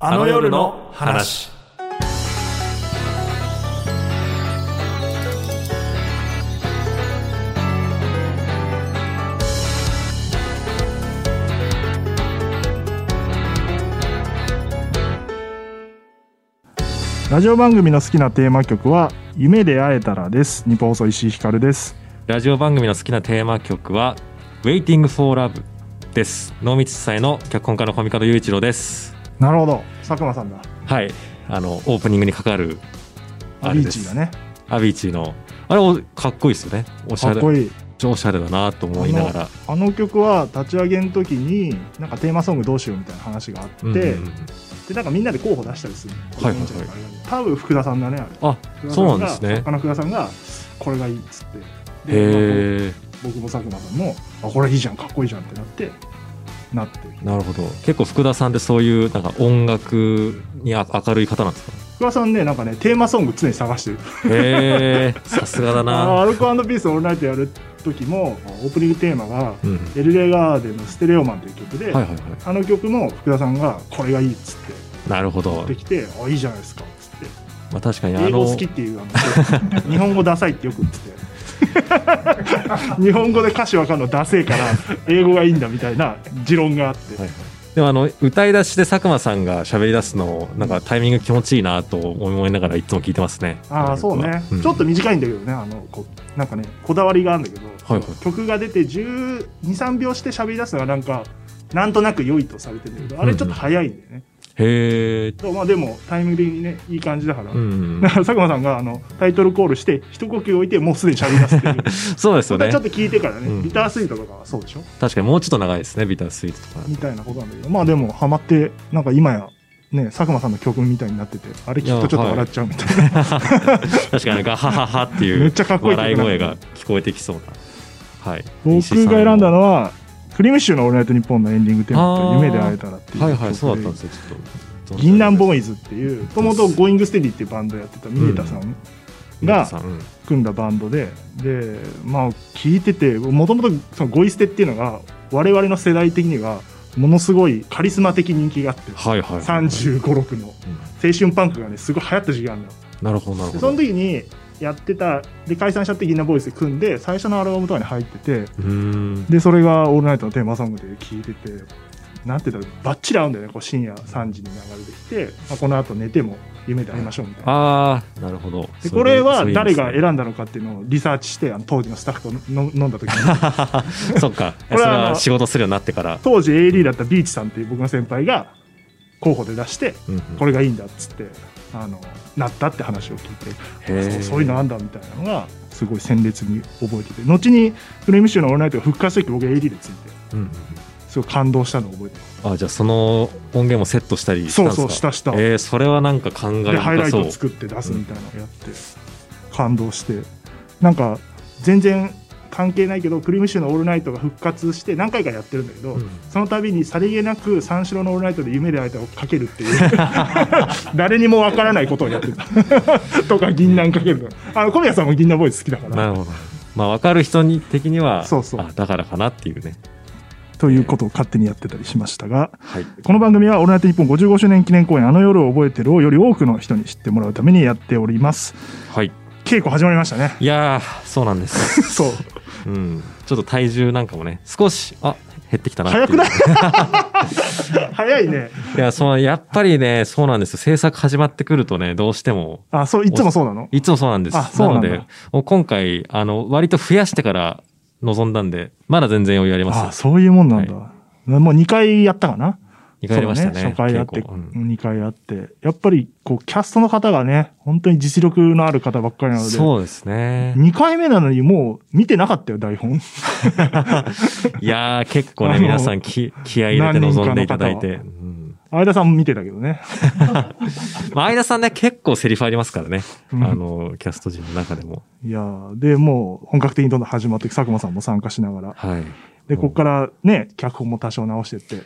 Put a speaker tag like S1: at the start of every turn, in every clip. S1: あの夜の話。
S2: ラジオ番組の好きなテーマ曲は「夢で会えたら」です。日本放送石井ひかるです。
S3: ラジオ番組の好きなテーマ曲は「Waiting for Love」です能見さえの脚本家の小見門雄一郎です
S2: なるほど佐久間さんだ。
S3: はいあのオープニングにかかる
S2: ア
S3: あれ
S2: ビー
S3: で
S2: チ
S3: す
S2: がね
S3: アビーチのあれおかっこいいですよねおし
S2: か
S3: ゃ
S2: っ
S3: れ
S2: こいい
S3: 超おしゃれだなと思いながら
S2: あの曲は立ち上げの時になんかテーマソングどうしようみたいな話があって、
S3: うんうんうん
S2: でなんかみんなで候補出したりする、
S3: はいはいはい
S2: 多分福田さんだねあれ
S3: あ
S2: 福田さ
S3: そ
S2: が
S3: うなんですね
S2: あの福田さんがこれがいいっつってで
S3: へえ
S2: 僕も佐久間さんもあこれいいじゃんかっこいいじゃんってなってなって
S3: なるほど結構福田さんってそういうなんか音楽にあ明るい方なんですか
S2: 福田さんねなんかねテーマソング常に探してる
S3: へえ さすがだ
S2: あ
S3: な
S2: アルコピースオールナイトやる時もオープニングテーマが
S3: うんは
S2: 「エルレガーデンのステレオマン」という曲で、
S3: いはいは
S2: あの曲も福田さんがこれがいいっつって
S3: いなるほど
S2: で、きて「あいいじゃないですか」っつって
S3: まあ、確かにあ
S2: 英
S3: の
S2: 語好きっていうあの 日本語ダサいってよく言って て日本語で歌詞わかるのダセえから英語がいいんだみたいな持論があって、
S3: はいでもあの歌い出しで佐久間さんが喋り出すのをなんかタイミング気持ちいいなと思いながらいつも聞いてますね。
S2: ああそうね、
S3: うん
S2: ちょっと短いんだけどねあのこうなんかねこだわりがあるんだけど、
S3: はいはい
S2: 曲が出て123秒して喋り出すのがなんかなんとなく良いとされてるんだけどあれちょっと早いんだよね、
S3: へえ。
S2: そうまあ、でもタイミング的にねいい感じだから、
S3: うんうん
S2: だから佐久間さんがあのタイトルコールして一呼吸置いてもうすでに喋り出すっていう
S3: そうです
S2: そ
S3: よ
S2: れ
S3: ね
S2: ちょっ。と聞いてからね、
S3: うん
S2: ビタースイートとかはそうでしょ
S3: 確かにもうちょっと長いですね、ビタースイートとか。
S2: みたいなことなんだけどまあでもハマってなんか今やね佐久間さんの曲みたいになっててあれ聞くとちょっと笑っちゃうみたいな
S3: 確かにガハハハってい
S2: めっ
S3: う
S2: ちゃかっこいい
S3: 笑い声が聞こえてきそうな。はい。
S2: 僕が
S3: 西さん
S2: 選んだのはクリームシチューの「オールナイトニッポン」のエンディングテーマ
S3: あー
S2: と「夢で会えたら」っていう
S3: はいはい、
S2: 曲
S3: そうだったんですよ、ちょっと。
S2: 銀杏ボ
S3: イ
S2: ーイズっていうもともと「ゴーイングステディっていうバンドやってたミネタさんが
S3: さん、うん
S2: 組んだバンドででまあ聞いててもともとそのゴイステっていうのが我々の世代的にはものすごいカリスマ的人気があって
S3: はいはい。
S2: 3 5 6
S3: うん
S2: の青春パンクがねすごい流行った時期があるのよ
S3: なるほど、なる
S2: で
S3: ほ
S2: そ
S3: ど
S2: の。時にやってたで解散しちゃってギンナボーイスで組んで最初のアルバムとかに入ってて
S3: うーん。
S2: でそれが「オールナイト」のテーマソングで聴いててなんて言ったらバッチリ合うんだよねこう深夜3時に流れてきて、まあ、この後寝ても夢で会いましょうみたいな。
S3: ああ、なるほど。
S2: でこれは誰が
S3: ぶ
S2: 選んだのかっていうのをリサーチしてあの当時のスタッフとの飲んだ時に
S3: そっか。
S2: こ
S3: そ
S2: れ
S3: れ
S2: はあの
S3: は仕事するようになってから。
S2: 当時 AD だったビーチさんっていう僕の先輩が候補で出して
S3: うんうん
S2: これがいいんだっつってあのなったって話を聞いて
S3: へー
S2: そうそういうのあんだみたいなのがすごい鮮烈に覚えてて後に「フレームシューのオールナイト」が復活した時僕 AD でついて
S3: うんうん
S2: すごい感動したのを覚えてます
S3: あじゃあその音源もセットしたりしたんで
S2: そう
S3: すか
S2: そうしたした、
S3: えー、それはなんか考え
S2: でハイラ
S3: 深
S2: イ
S3: そう
S2: ト作って出すみたいなのをやって、感動してなんか全然関係ないけど「クリームシューのオールナイト」が復活して何回かやってるんだけど、
S3: うん
S2: その度にさりげなく三四郎のオールナイトで夢で会えたをかけるっていう 誰にもわからないことをやってた とか銀杏かけるとかあの小宮さんも銀杏ボーイズ好きだから
S3: なるほどまあ分かる人に的には
S2: そうそう
S3: あだからかなっていうね
S2: ということを勝手にやってたりしましたが、
S3: はい
S2: この番組は「オールナイトニッポン55周年記念公演あの夜を覚えてる」をより多くの人に知ってもらうためにやっております
S3: はい
S2: 稽古始まりました ね
S3: いやーそうなんで す、
S2: そう
S3: うん、ちょっと体重なんかもね少しあ減ってきたなっていう
S2: 早くない早いね
S3: いやそのやっぱりねそうなんですよ制作始まってくるとねどうしても
S2: あそういつもそうなの
S3: いつもそうなんです
S2: あそうなんだ
S3: のでもう今回あの割と増やしてから臨んだんでまだ全然余裕あります
S2: あそういうもんなんだ、もう2回やったかな
S3: 2回やりましたね
S2: そう初回やって、
S3: 結構うん
S2: 2回やってやっぱりこうキャストの方がね本当に実力のある方ばっかりなので
S3: そうですね
S2: 2回目なのにもう見てなかったよ台本
S3: いやー、結構
S2: あ
S3: ね、
S2: の
S3: 皆さんき気合い入れて
S2: 何人
S3: 臨
S2: かの方は
S3: んでいただいて。うん
S2: 相田さんも見てたけどね
S3: まあ、相田さんね、結構セリフありますからね。あ
S2: うん
S3: の、キャスト陣の中でも。
S2: いやーで、もう本格的にどんどん始まっていく佐久間さんも参加しながら。
S3: はい。う
S2: で、
S3: ん
S2: ここからね、脚本も多少直してって。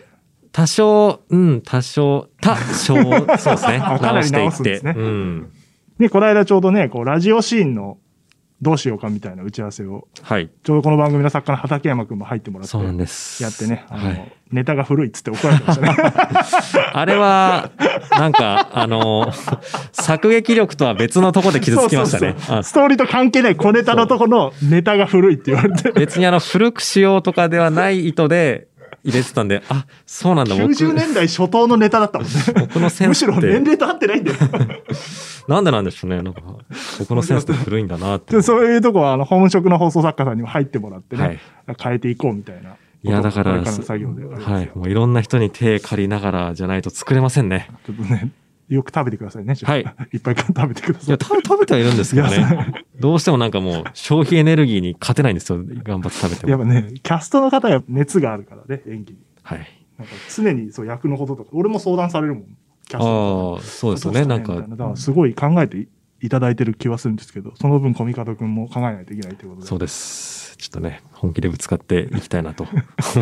S3: 多少、うん、多少、多少、そうですね。
S2: あかな
S3: 直
S2: り
S3: してい
S2: 直
S3: っ
S2: すんで
S3: て。
S2: すね
S3: うん。
S2: で、この間ちょうどね、こう、ラジオシーンのどうしようかみたいな打ち合わせを、
S3: はい。
S2: ちょうどこの番組の作家の畠山くんも入ってもらって
S3: そう、なんです。
S2: やってね、あの、
S3: はい。
S2: ネタが古いっつって怒られてましたね。
S3: あれは、なんか、あの、作劇力とは別のとこで傷つきましたね。
S2: そうそうそう
S3: うん
S2: ストーリーと関係ない小ネタのとこのネタが古いって言われて。
S3: 別にあの、古くしようとかではない意図で入れてたんで、あ、そうなんだ、僕、
S2: 90年代初頭のネタだったもんね。
S3: 僕のセン
S2: む
S3: ス
S2: し
S3: っ
S2: ろ年
S3: て、
S2: 齢と合ってないんだよ。
S3: なんでなんでしょうね。なんか、僕のセンスって古いんだなって。
S2: でそういうとこは、あの、本職の放送作家さんにも入ってもらってね、
S3: はい
S2: 変えていこうみたいな。
S3: いやだから
S2: これからの作業で。
S3: はい。もういろんな人に手借りながらじゃないと作れませんね。
S2: ちょっとね、よく食べてくださいね。
S3: はい。
S2: いっぱい食べてくだ
S3: い
S2: さ
S3: や、
S2: い。
S3: 多分食べてはいるんですけど
S2: いや
S3: ね。どうしてもなんかもう消費エネルギーに勝てないんですよ。頑張って食べて
S2: やっ
S3: も。
S2: ぱね、キャストの方は熱があるからね、演技に。
S3: はい。
S2: なんか常にそう役のこととか、俺も相談されるもん。キャストの方に
S3: ああ、そうですよね。
S2: ど
S3: な
S2: うんした
S3: か
S2: らいいみたい、だからすごい考えていいただいてる気はするんですけど、その分、コミカド君も考えないといけないということで。
S3: そうです。ちょっとね、本気でぶつかっていきたいなと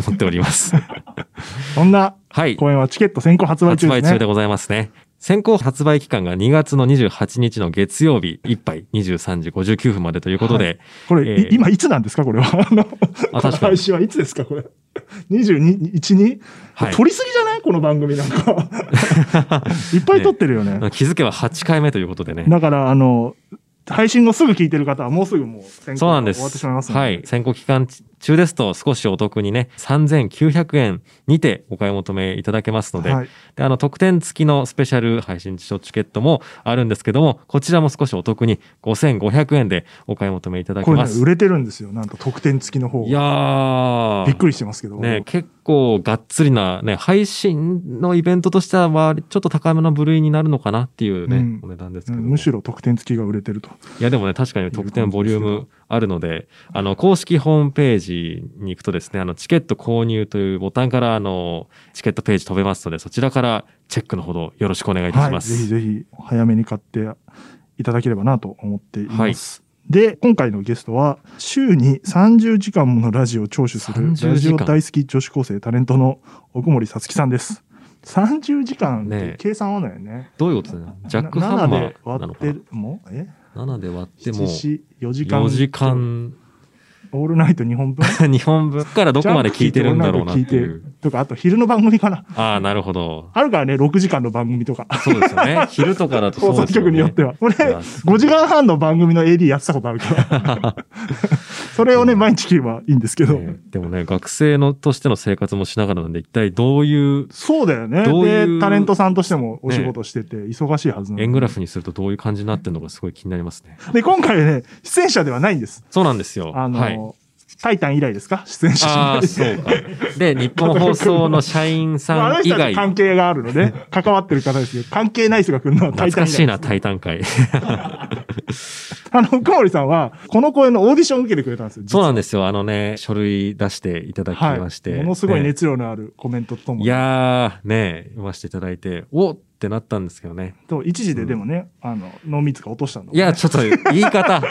S3: 思っており ます。
S2: そんな
S3: はい。
S2: 公演はチケット先行発売
S3: 発
S2: 中で
S3: 売
S2: す
S3: 中で
S2: ね。
S3: ございますね。先行発売期間が2月の28日の月曜日いっぱい23時59分までということで、
S2: これ、い
S3: えー
S2: 今いつなんですかこれは。あの、
S3: あ確かに
S2: 配信はいつですかこれ。22、1、2?
S3: はい
S2: 撮りすぎじゃないこの番組なんか。 いっぱい撮ってるよね。
S3: 気づけば8回目ということでね。
S2: だから、あの、配信後すぐ聞いてる方はもうすぐもう先行
S3: そうなんで
S2: 終わってし
S3: す。
S2: まいますの
S3: は。い。選考期間中ですと少しお得にね、3900円にてお買い求めいただけますので、
S2: はい
S3: であの、特典付きのスペシャル配信視聴チケットもあるんですけども、こちらも少しお得に5500円でお買い求めいただけ
S2: これ
S3: ま
S2: ね、
S3: す。
S2: 売れてるんですよ。なんと特典付きの方
S3: いや
S2: が。
S3: ー。
S2: びっくりしてますけど。
S3: ね、結構がっつりな、ね、配信のイベントとしては、ちょっと高めの部類になるのかなっていうね、
S2: うん
S3: お値段です
S2: う
S3: けど
S2: ん
S3: も。
S2: むしろ特典付きが売れてると。
S3: いやでもね、確かに特典ボリュームあるので、あの、公式ホームページに行くとですね、あの、チケット購入というボタンから、あの、チケットページ飛べますので、そちらからチェックのほどよろしくお願いいたし
S2: は
S3: ま
S2: い。ぜひ
S3: す。
S2: ぜひ、早めに買っていただければなと思っています。で、今回のゲストは、週に30時間ものラジオを聴取する
S3: 30、時間
S2: ラジオ大好き女子高生タレントの奥森さつきさんです。30時間っ
S3: ねえ
S2: て計算合わないよね。
S3: どういうことだよジャック
S2: な
S3: ハンマ
S2: 7
S3: ーな
S2: で割
S3: の
S2: っ
S3: かな
S2: てもえ
S3: 7で割っても、
S2: 7 4時間。
S3: 4時間、
S2: オールナイト日本分
S3: 日本分からどこまで聞いてるんだろうなってい
S2: ジャン
S3: う
S2: プ聞。いてとか、あと昼の番組かな。
S3: ああ、なるほど。
S2: あるからね、6時間の番組とか。
S3: そうです よね。昼とかだとそ
S2: 放
S3: う
S2: 送
S3: ですよね。
S2: 局によっては。俺、
S3: いや
S2: 5時間半の番組の AD やってたことあるから。それをね、毎日聞けばいいんですけど。
S3: ねでもね、学生のとしての生活もしながらなんで、一体どういう
S2: そうだよね。
S3: どういう
S2: で、タレントさんとしてもお仕事してて、忙しいはずな
S3: 円
S2: の。
S3: グラフにするとどういう感じになってるのかすごい気になりますね。
S2: で、今回ね、出演者ではないんです。
S3: そうなんですよ。
S2: あの、
S3: はい。
S2: タイタン以来ですか出演者じゃ
S3: あ
S2: ない
S3: あ、そうか。で、日本放送の社員
S2: まああ
S3: さ
S2: の
S3: ん以
S2: 人たち
S3: 外、
S2: 関係があるので、関わってる方ですけど、関係ない人が来るのはタイ
S3: 懐か
S2: タン以
S3: しい
S2: 来。
S3: な、タイタン会。
S2: あの、奥森さんは、この公演のオーディションを受けてくれたんですよ。
S3: そうなん
S2: で
S3: ですよ。あのね、書類出していただきまして。
S2: ものすごい
S3: ね
S2: 熱量のあるコメントとともに
S3: いやー、ね、読ませていただいて、おっってなったんですけどね。
S2: と一時ででもね、あの濃密が落としたの
S3: いや、ちょっと、言い方。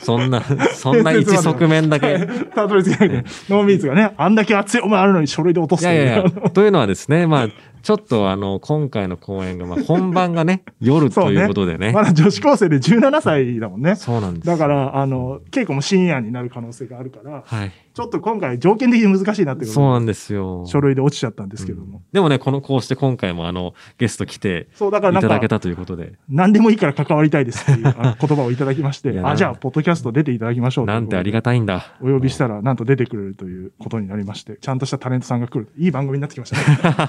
S3: そんな、そんな一側面 だけ。
S2: たどり着けないけど濃密がねあんだけ熱い思いあるのに書類で落と
S3: い
S2: すと
S3: や
S2: い
S3: いうやいや、というのはですね、まあ、ちょっとあの、今回の公演が、まあ、本番がね、夜
S2: そ
S3: と
S2: う
S3: い
S2: ね
S3: うことでね。
S2: まだ女子高生で17歳だもんね
S3: そうなんです。
S2: だからあの稽古も深夜になる可能性があるから
S3: はい。
S2: ちょっと今回条件的に難しいなってことで
S3: そうなんですよ。
S2: 書類で落ちちゃったんですけども、
S3: うんでもね、この、こうして今回もあの、ゲスト来て、
S2: そうだ
S3: いた
S2: からな
S3: だ
S2: ん
S3: け
S2: か
S3: たということで、
S2: 何でもいいから関わりたいですっていうあの 言葉をいただきまし
S3: い
S2: て
S3: やな
S2: あじゃあポッドキャスト出ていただきましょうという
S3: なんてありがたいんだ。
S2: お呼びしたら、なんと出てくれるということになりまして、ちゃんとしたタレントさんが来る。いい番組になってきましたね。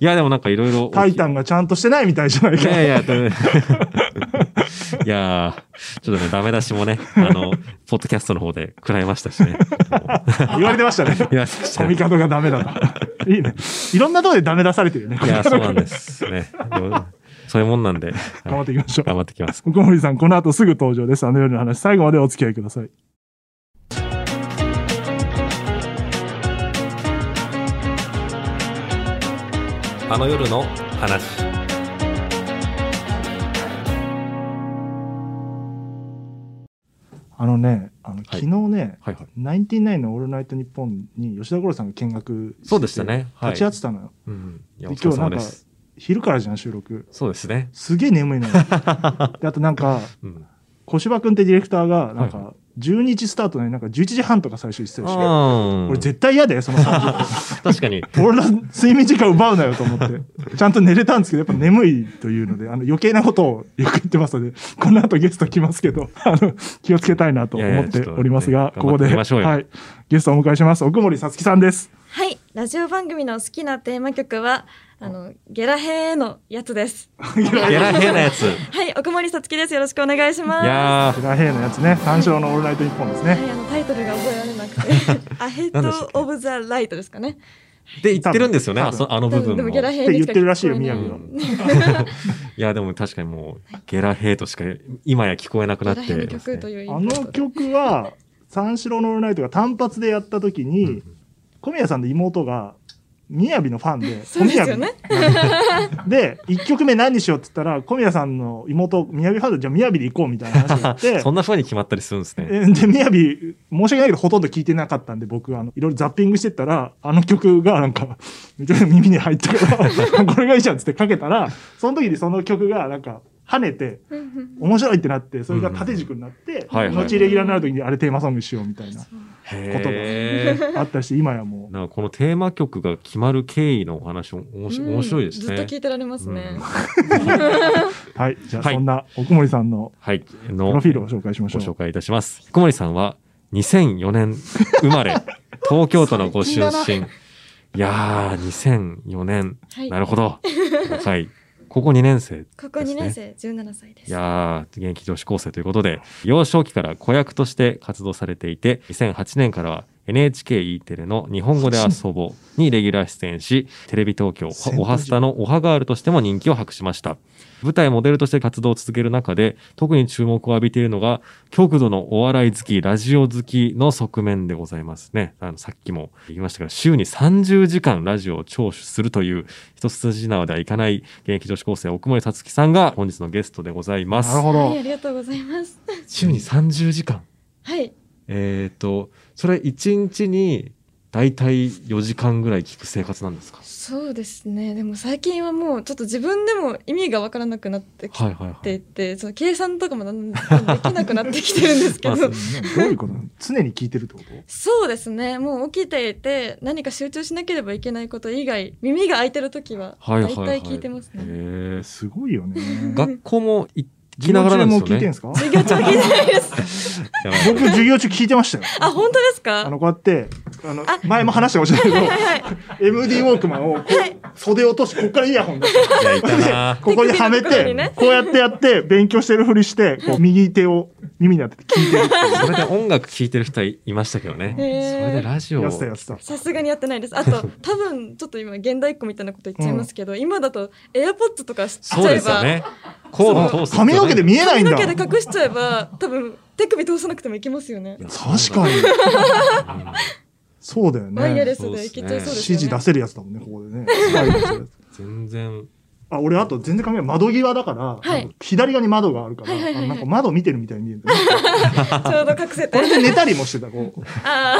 S3: いや、でもなんかいろいろ。
S2: タイタンがちゃんとしてないみたいじゃな
S3: い
S2: いか。
S3: や いや、といやーちょっとね、ダメ出しもね、あの、ポッドキャストの方で食らいましたしね。
S2: 言われてましたね。
S3: いや、 そうでした
S2: コ
S3: ね
S2: ミカドがダ メだと。いいね。いろんなところでダメ出されてるね。
S3: いや、そうなんですね。でもそういうもんなんで、
S2: 頑張
S3: は
S2: っていきましょ
S3: い頑
S2: う。
S3: 張ってきます。
S2: 奥森さん、この後すぐ登場です。あの夜の話、最後までお付き合いください。
S1: あの夜の話
S2: あのね、あの、
S3: はい
S2: 昨日ね、
S3: はいはい。
S2: ナインティナインのオールナイトニッポンに吉田五郎さんが見学して
S3: そうでしたね。はい。
S2: 立ち会ってたのよ。
S3: うん。いや、お
S2: 今
S3: 疲
S2: 日
S3: れ
S2: な
S3: 様
S2: ん
S3: で
S2: か
S3: す。、
S2: 昼からじゃん、収録。
S3: そうですね。
S2: すげえ眠いのよ。であとなんか、
S3: うん。
S2: 小芝君ってディレクターが、なんか、12時スタートのなんか11時半とか最初言ってたりして、
S3: あ
S2: 俺絶対嫌だよ、その30分
S3: あ、確かに。
S2: 俺の睡眠時間奪うなよと思って、ちゃんと寝れたんですけど、やっぱ眠いというので、あの余計なことをよく言ってますので、この後ゲスト来ますけど、あの、気をつけたいなと思っております
S3: いやいや
S2: が、
S3: ちょっとね頑張
S2: ここ
S3: ってい
S2: で、
S3: きましょうよ
S2: はい、ゲストをお迎えします、奥森さつきさんです。
S4: はい、ラジオ番組の好きなテーマ曲は、あの、ゲラヘーのやつです。
S3: ゲラヘなやつ。い
S4: はい、奥森さつきです。よろしくお願いします。
S3: や
S2: ラヘイのやつね、三四郎のオールナイトニッポンですね。
S4: はい、あのタイトルが覚えられなく て、アヘッドオブザライトですかね。
S3: ー。で、言ってるんですよね、あそあの
S4: で
S3: 部
S4: も
S3: 分
S4: で
S3: も。
S4: もゲラ
S3: い
S4: ヘーにしか
S2: って言っ
S4: 聞こえな
S2: てるらしいよ宮
S3: 城はい
S4: ね
S3: や、でも確かにもう、ゲラヘーとしか今や聞こえなくな
S4: ゲ
S3: っ
S4: ラ
S3: て
S4: ヘーの
S3: ます
S4: 曲
S3: ね
S4: という意
S2: あ
S4: 味
S2: の曲は、三四郎のオールナイトが単発でやった時に、
S3: うん
S2: 小宮さんの妹が、みやびのファンで、
S4: そうですよね。
S2: で、1曲目何にしようって言ったら、小宮さんの妹、宮城ファンで、じゃあ宮城で行こうみたいな話になっ て
S3: そ、んな風に決まったりするんですね。
S2: えで、宮城、申し訳ないけど、ほとんど聞いてなかったんで、僕、あの、いろいろザッピングしてったら、あの曲が、なんか、めちゃくちゃ耳に入った から、これがいいじゃんっつってかけたら、その時にその曲が、なんか、跳ねて、面白いってなって、それが縦軸になって、
S3: うんはいはい
S2: 後レギュラーになる時に、あれテーマソングしようみた いな、
S3: へー。
S2: あったりして、今やもう、
S3: なんかこのテーマ曲が決まる経緯のお話も面白い面白いですね。
S4: うんずっと聞いてられますね。
S2: はい、じゃあ、
S3: はい
S2: そんな奥森さんの
S3: はい。
S2: プ
S3: の
S2: ロフィールを紹介しましょ
S3: ご
S2: う
S3: 紹。介いたします。小森さんは2004年生まれ、東京都のご出
S4: 最
S3: 身。いやー、2004年。
S4: はい
S3: なるほど。はい。高校2年生です、ね。
S4: ここ2年生、17歳です。
S3: いやー、現役女子高生ということで、幼少期から子役として活動されていて、2008年からは NHKE テレの日本語で遊ぼうにレギュラー出演し、テレビ東京、おはスタのおはガールとしても人気を博しました。舞台モデルとして活動を続ける中で、特に注目を浴びているのが、極度のお笑い好き、ラジオ好きの側面でございますね。あの、さっきも言いましたが、週に30時間ラジオを聴取するという、一筋縄ではいかない現役女子高生、奥森さつきさんが本日のゲストでございます
S2: なる。ほど。
S4: はい、ありがとうございます。
S3: 週に30時間。
S4: はい、
S3: えっ、と、それ1日に大体4時間ぐらい聞く生活なんですか
S4: そうですね。でも最近はもうちょっと自分でも意味がわからなくなってきて
S3: はいはい
S4: っ
S3: は
S4: て言
S3: い。
S4: ってその計算とかもだんだんできなくなってきてるんですけど
S3: まあ
S2: どういうことなの常に聞いてるってこと
S4: そうですねもう起きていて何か集中しなければいけないこと以外耳が開いてる時は
S3: はいは
S4: 大
S3: いはい。
S4: 体聞いてますね、
S3: へー
S2: すごいよね。
S3: 学校も行きながらなんです
S2: 授業中も聞
S3: よ
S2: いてん
S3: ね。
S2: すか
S4: 授業中は聞いてないです
S3: やばい
S2: 僕、授業中聞いてましたよ。
S4: あ本当ですか
S2: あの、こうやって、あの
S4: あ、
S2: 前も話したかもしれない
S4: はいはい
S2: けど、MD ウォークマンをこう袖落として、こっからイヤホン出し
S3: いや、いたな
S2: て、ここにはめ
S4: 手首のところに
S2: て
S4: ね、
S2: こうやってやって、勉強してるふりして、こう右手を耳に当てて聞いてるっていう
S3: それで音楽聴いてる人はいましたけどね。そ
S4: へー
S3: れでラジオ
S2: や
S3: を
S2: つだやつだ。
S4: さすがにやってないですあと多分ちょっと今現代っ子みたいなこと言っちゃいますけど、今だと AirPods とかしちゃえば
S3: そうですよね。コードを通す。
S2: 髪の毛で見えない
S4: 髪
S2: んだ
S4: の。毛で隠しちゃえば多分手首通さなくてもいけますよね
S2: 確かに。そうだよ
S4: ワイヤレ
S2: ね。
S4: スでいけちゃいそうですよね
S2: 指示出せるやつだもんね、ここでね。最後のやつ
S3: 全然。
S2: あ、俺、あと全然髪が窓際だから、
S4: はい
S2: 左側に窓があるから、
S4: はいはいはいはい
S2: あのなんか窓見てるみたいに見えるんだよね。
S4: ちょうど隠せ
S2: こ
S4: て
S2: れ で寝たりもしてた、こう。
S4: あ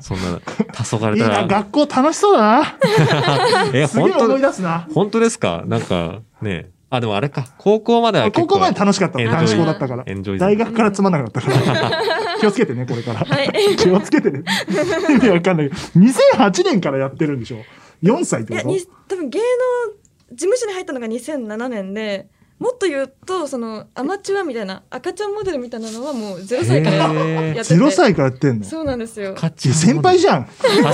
S3: そんな、黄昏
S2: いい
S3: た
S2: な、
S3: ら。
S2: 学校楽しそうだな。
S3: え、
S2: すげ
S3: 本
S2: え思い
S3: 当
S2: 出すな。
S3: 本当ですかなんか、ね。あ、でもあれか。高校までは結
S2: 高
S3: 構。
S2: 校まで楽しかったの
S3: エンジョイ
S2: 男子校だったから
S3: エンジョイ。ズム
S2: 大学からつまんなかった から。気をつけてね、これから。
S4: あはい
S2: 気をつけてね。意味わかんないけど。2008年からやってるんでしょ ?4 歳っ
S4: い
S2: て
S4: や
S2: こと
S4: に多分芸能事務所に入ったのが2007年でもっと言うとそのアマチュアみたいな赤ちゃんモデルみたいなのはもう0歳から
S3: へー
S4: やってて
S2: ?0 歳からやってんの
S4: そうなんですよ
S3: カッチ
S2: え
S3: ン
S2: 先輩じゃん。
S3: 確か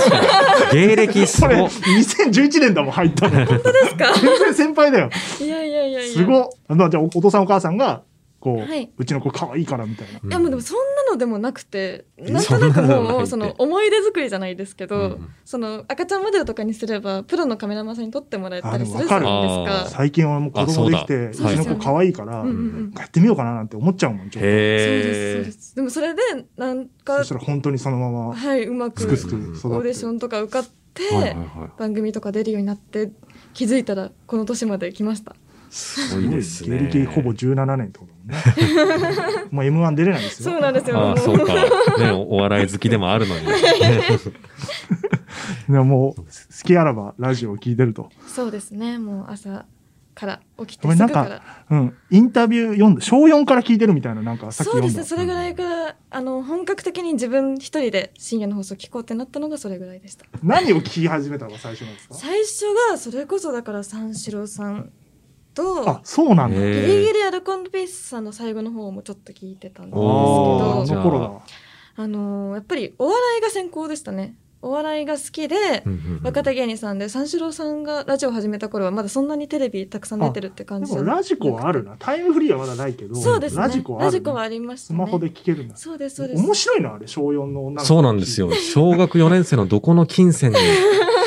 S3: に。芸歴す
S2: こ
S3: ご
S2: れ、2011年だもん、入ったの。本当ですか全然先輩だよ。
S4: いやいやいやいや
S2: すごっ。まあじゃあ、お父さんお母さんが、こう、
S4: はいう
S2: ちの子可愛いからみたいな。
S4: いやもうでもそんなのでもなくて
S3: え
S4: なんとな
S3: そ
S4: く
S3: んなのないっ
S4: も
S3: て
S4: うその思い出作りじゃないですけど、
S3: うんうん
S4: その赤ちゃんモデルとかにすればプロのカメラマンさんに撮ってもらえたりす
S2: あでも
S4: る
S2: わ
S4: じ
S2: か
S4: ゃ
S2: る
S4: ないですか。
S2: 最近はもう子供できて、
S3: あ
S2: うち
S4: そうだ
S2: の子可愛いから、
S4: うんうんうん
S2: やってみようかななんて思っちゃうもん、ちょっと
S4: そうですそう
S3: へ
S4: で
S3: ー
S4: すでもそれでなん
S2: そ
S4: か
S2: したら本当にそのまま、
S4: はい、うますく
S2: くすく育って。
S4: オーディションとか受かって、
S3: はいはいはい
S4: 番組とか出るようになって気づいたらこの年まで来ました
S3: すごいですね。
S2: 芸歴ほぼ17年ってことだも んね。もう M1 出れないですよ。
S4: そうなんですよ
S3: ああ、
S4: も
S3: そう うか。ね、おお笑い好きでもあるのに。
S2: でももう、好きあらばラジオを聞いてると。
S4: そうですねもう朝から起きて
S2: ご
S4: す
S2: めんな
S4: ぐ
S2: ん
S4: から
S2: か、うん、インタビュー読んで小4から聞いてるみたいななんかさっき
S4: そ
S2: 読
S4: うで
S2: ん
S4: すね
S2: だ
S4: それぐらいからあの本格的に自分一人で深夜の放送聞こうってなったのがそれぐらいでした
S2: 何を聞き始めたのが最初なんですか
S4: 最初がそれこそだから三四郎さん
S2: あ
S4: と
S2: そうなんだ、
S3: へ
S4: ギ
S3: え
S4: リギリアルコンドピースさんの最後の方もちょっと聞いてたんですけ
S3: お
S2: ああ
S3: ー
S4: ど
S2: あの頃だわ
S4: あのーやっぱりお笑いが先行でしたねお笑いが好きで
S3: うんうんうん
S4: 若手芸人さんで三四郎さんがラジオを始めた頃はまだそんなにテレビたくさん出てるって感
S2: で
S4: じじゃ
S2: も
S4: な
S2: ラジコはあるなタイムフリーはまだないけど
S4: そうですね
S2: ラジコはある、ね、
S4: はありました
S2: ス
S4: ね
S2: マホで聞けるんだ
S4: そうですそうです
S2: 面白いなあれ小4の女の子
S3: そうなんですよ。小学4年生のどこの金銭に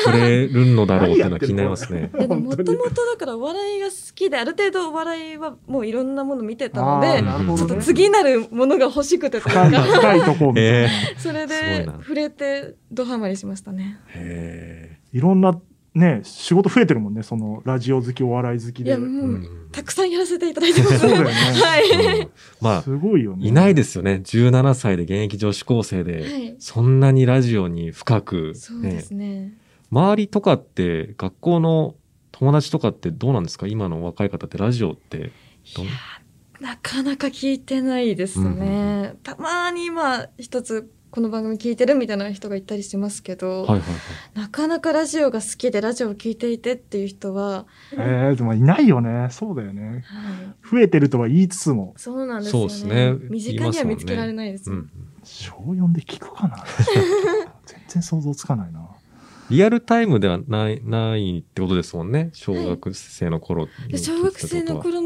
S3: 触れるのだろうっていうのは気になります ね。
S4: いやでも
S2: 本
S4: も
S2: 当
S4: と
S2: に
S4: もとだからお笑いが好きである程度お笑いはもういろんなもの見てた
S2: あ
S4: の
S2: ー
S4: で
S2: なるほ
S4: ち
S2: ど
S4: ょっと
S2: ね
S4: 次なるものが欲しくてという
S2: 深い
S4: か
S2: 深いとこみ たいな、
S3: へ
S4: それ
S3: すごい
S4: で
S3: な
S4: 触れてドハマりしましたね
S3: へ
S2: いろんなね仕事増えてるもんねそのラジオ好きお笑い好き
S4: い
S2: で
S4: や
S2: そ
S4: も
S2: う
S4: う、
S3: うん
S4: たくさんやらせていただいてます
S2: だよね、
S4: はい、
S3: うんまあ
S2: すごいよね
S3: いないですよね。17歳で現役女子高生
S4: は
S3: で
S4: い、
S3: そんなにラジオに深く、
S4: そうで
S3: ね
S4: す、ね
S3: 周りとかって学校の友達とかってどうなんですか今の若い方ってラジオってどん
S4: なかなか聞いてないですね、
S3: うん
S4: たまにまあ一つこの番組聞いてるみたいな人がいたりしますけど、
S3: はいはいはい。
S4: なかなかラジオが好きでラジオを聞いていてっていう人は、
S2: えー、でもいないよねそうだよね
S4: はい、
S2: 増えてるとは言いつつも
S4: そうなんですよね
S3: そうですね
S4: 身近には見つけられないです
S3: う
S4: よ、
S3: ん
S2: 小4で聞くか な全然想像つかないな
S3: リアルタイムではない、ないってことですもんね。小学生の頃に
S4: で
S3: 聞いてたってことは。
S4: 小学生の頃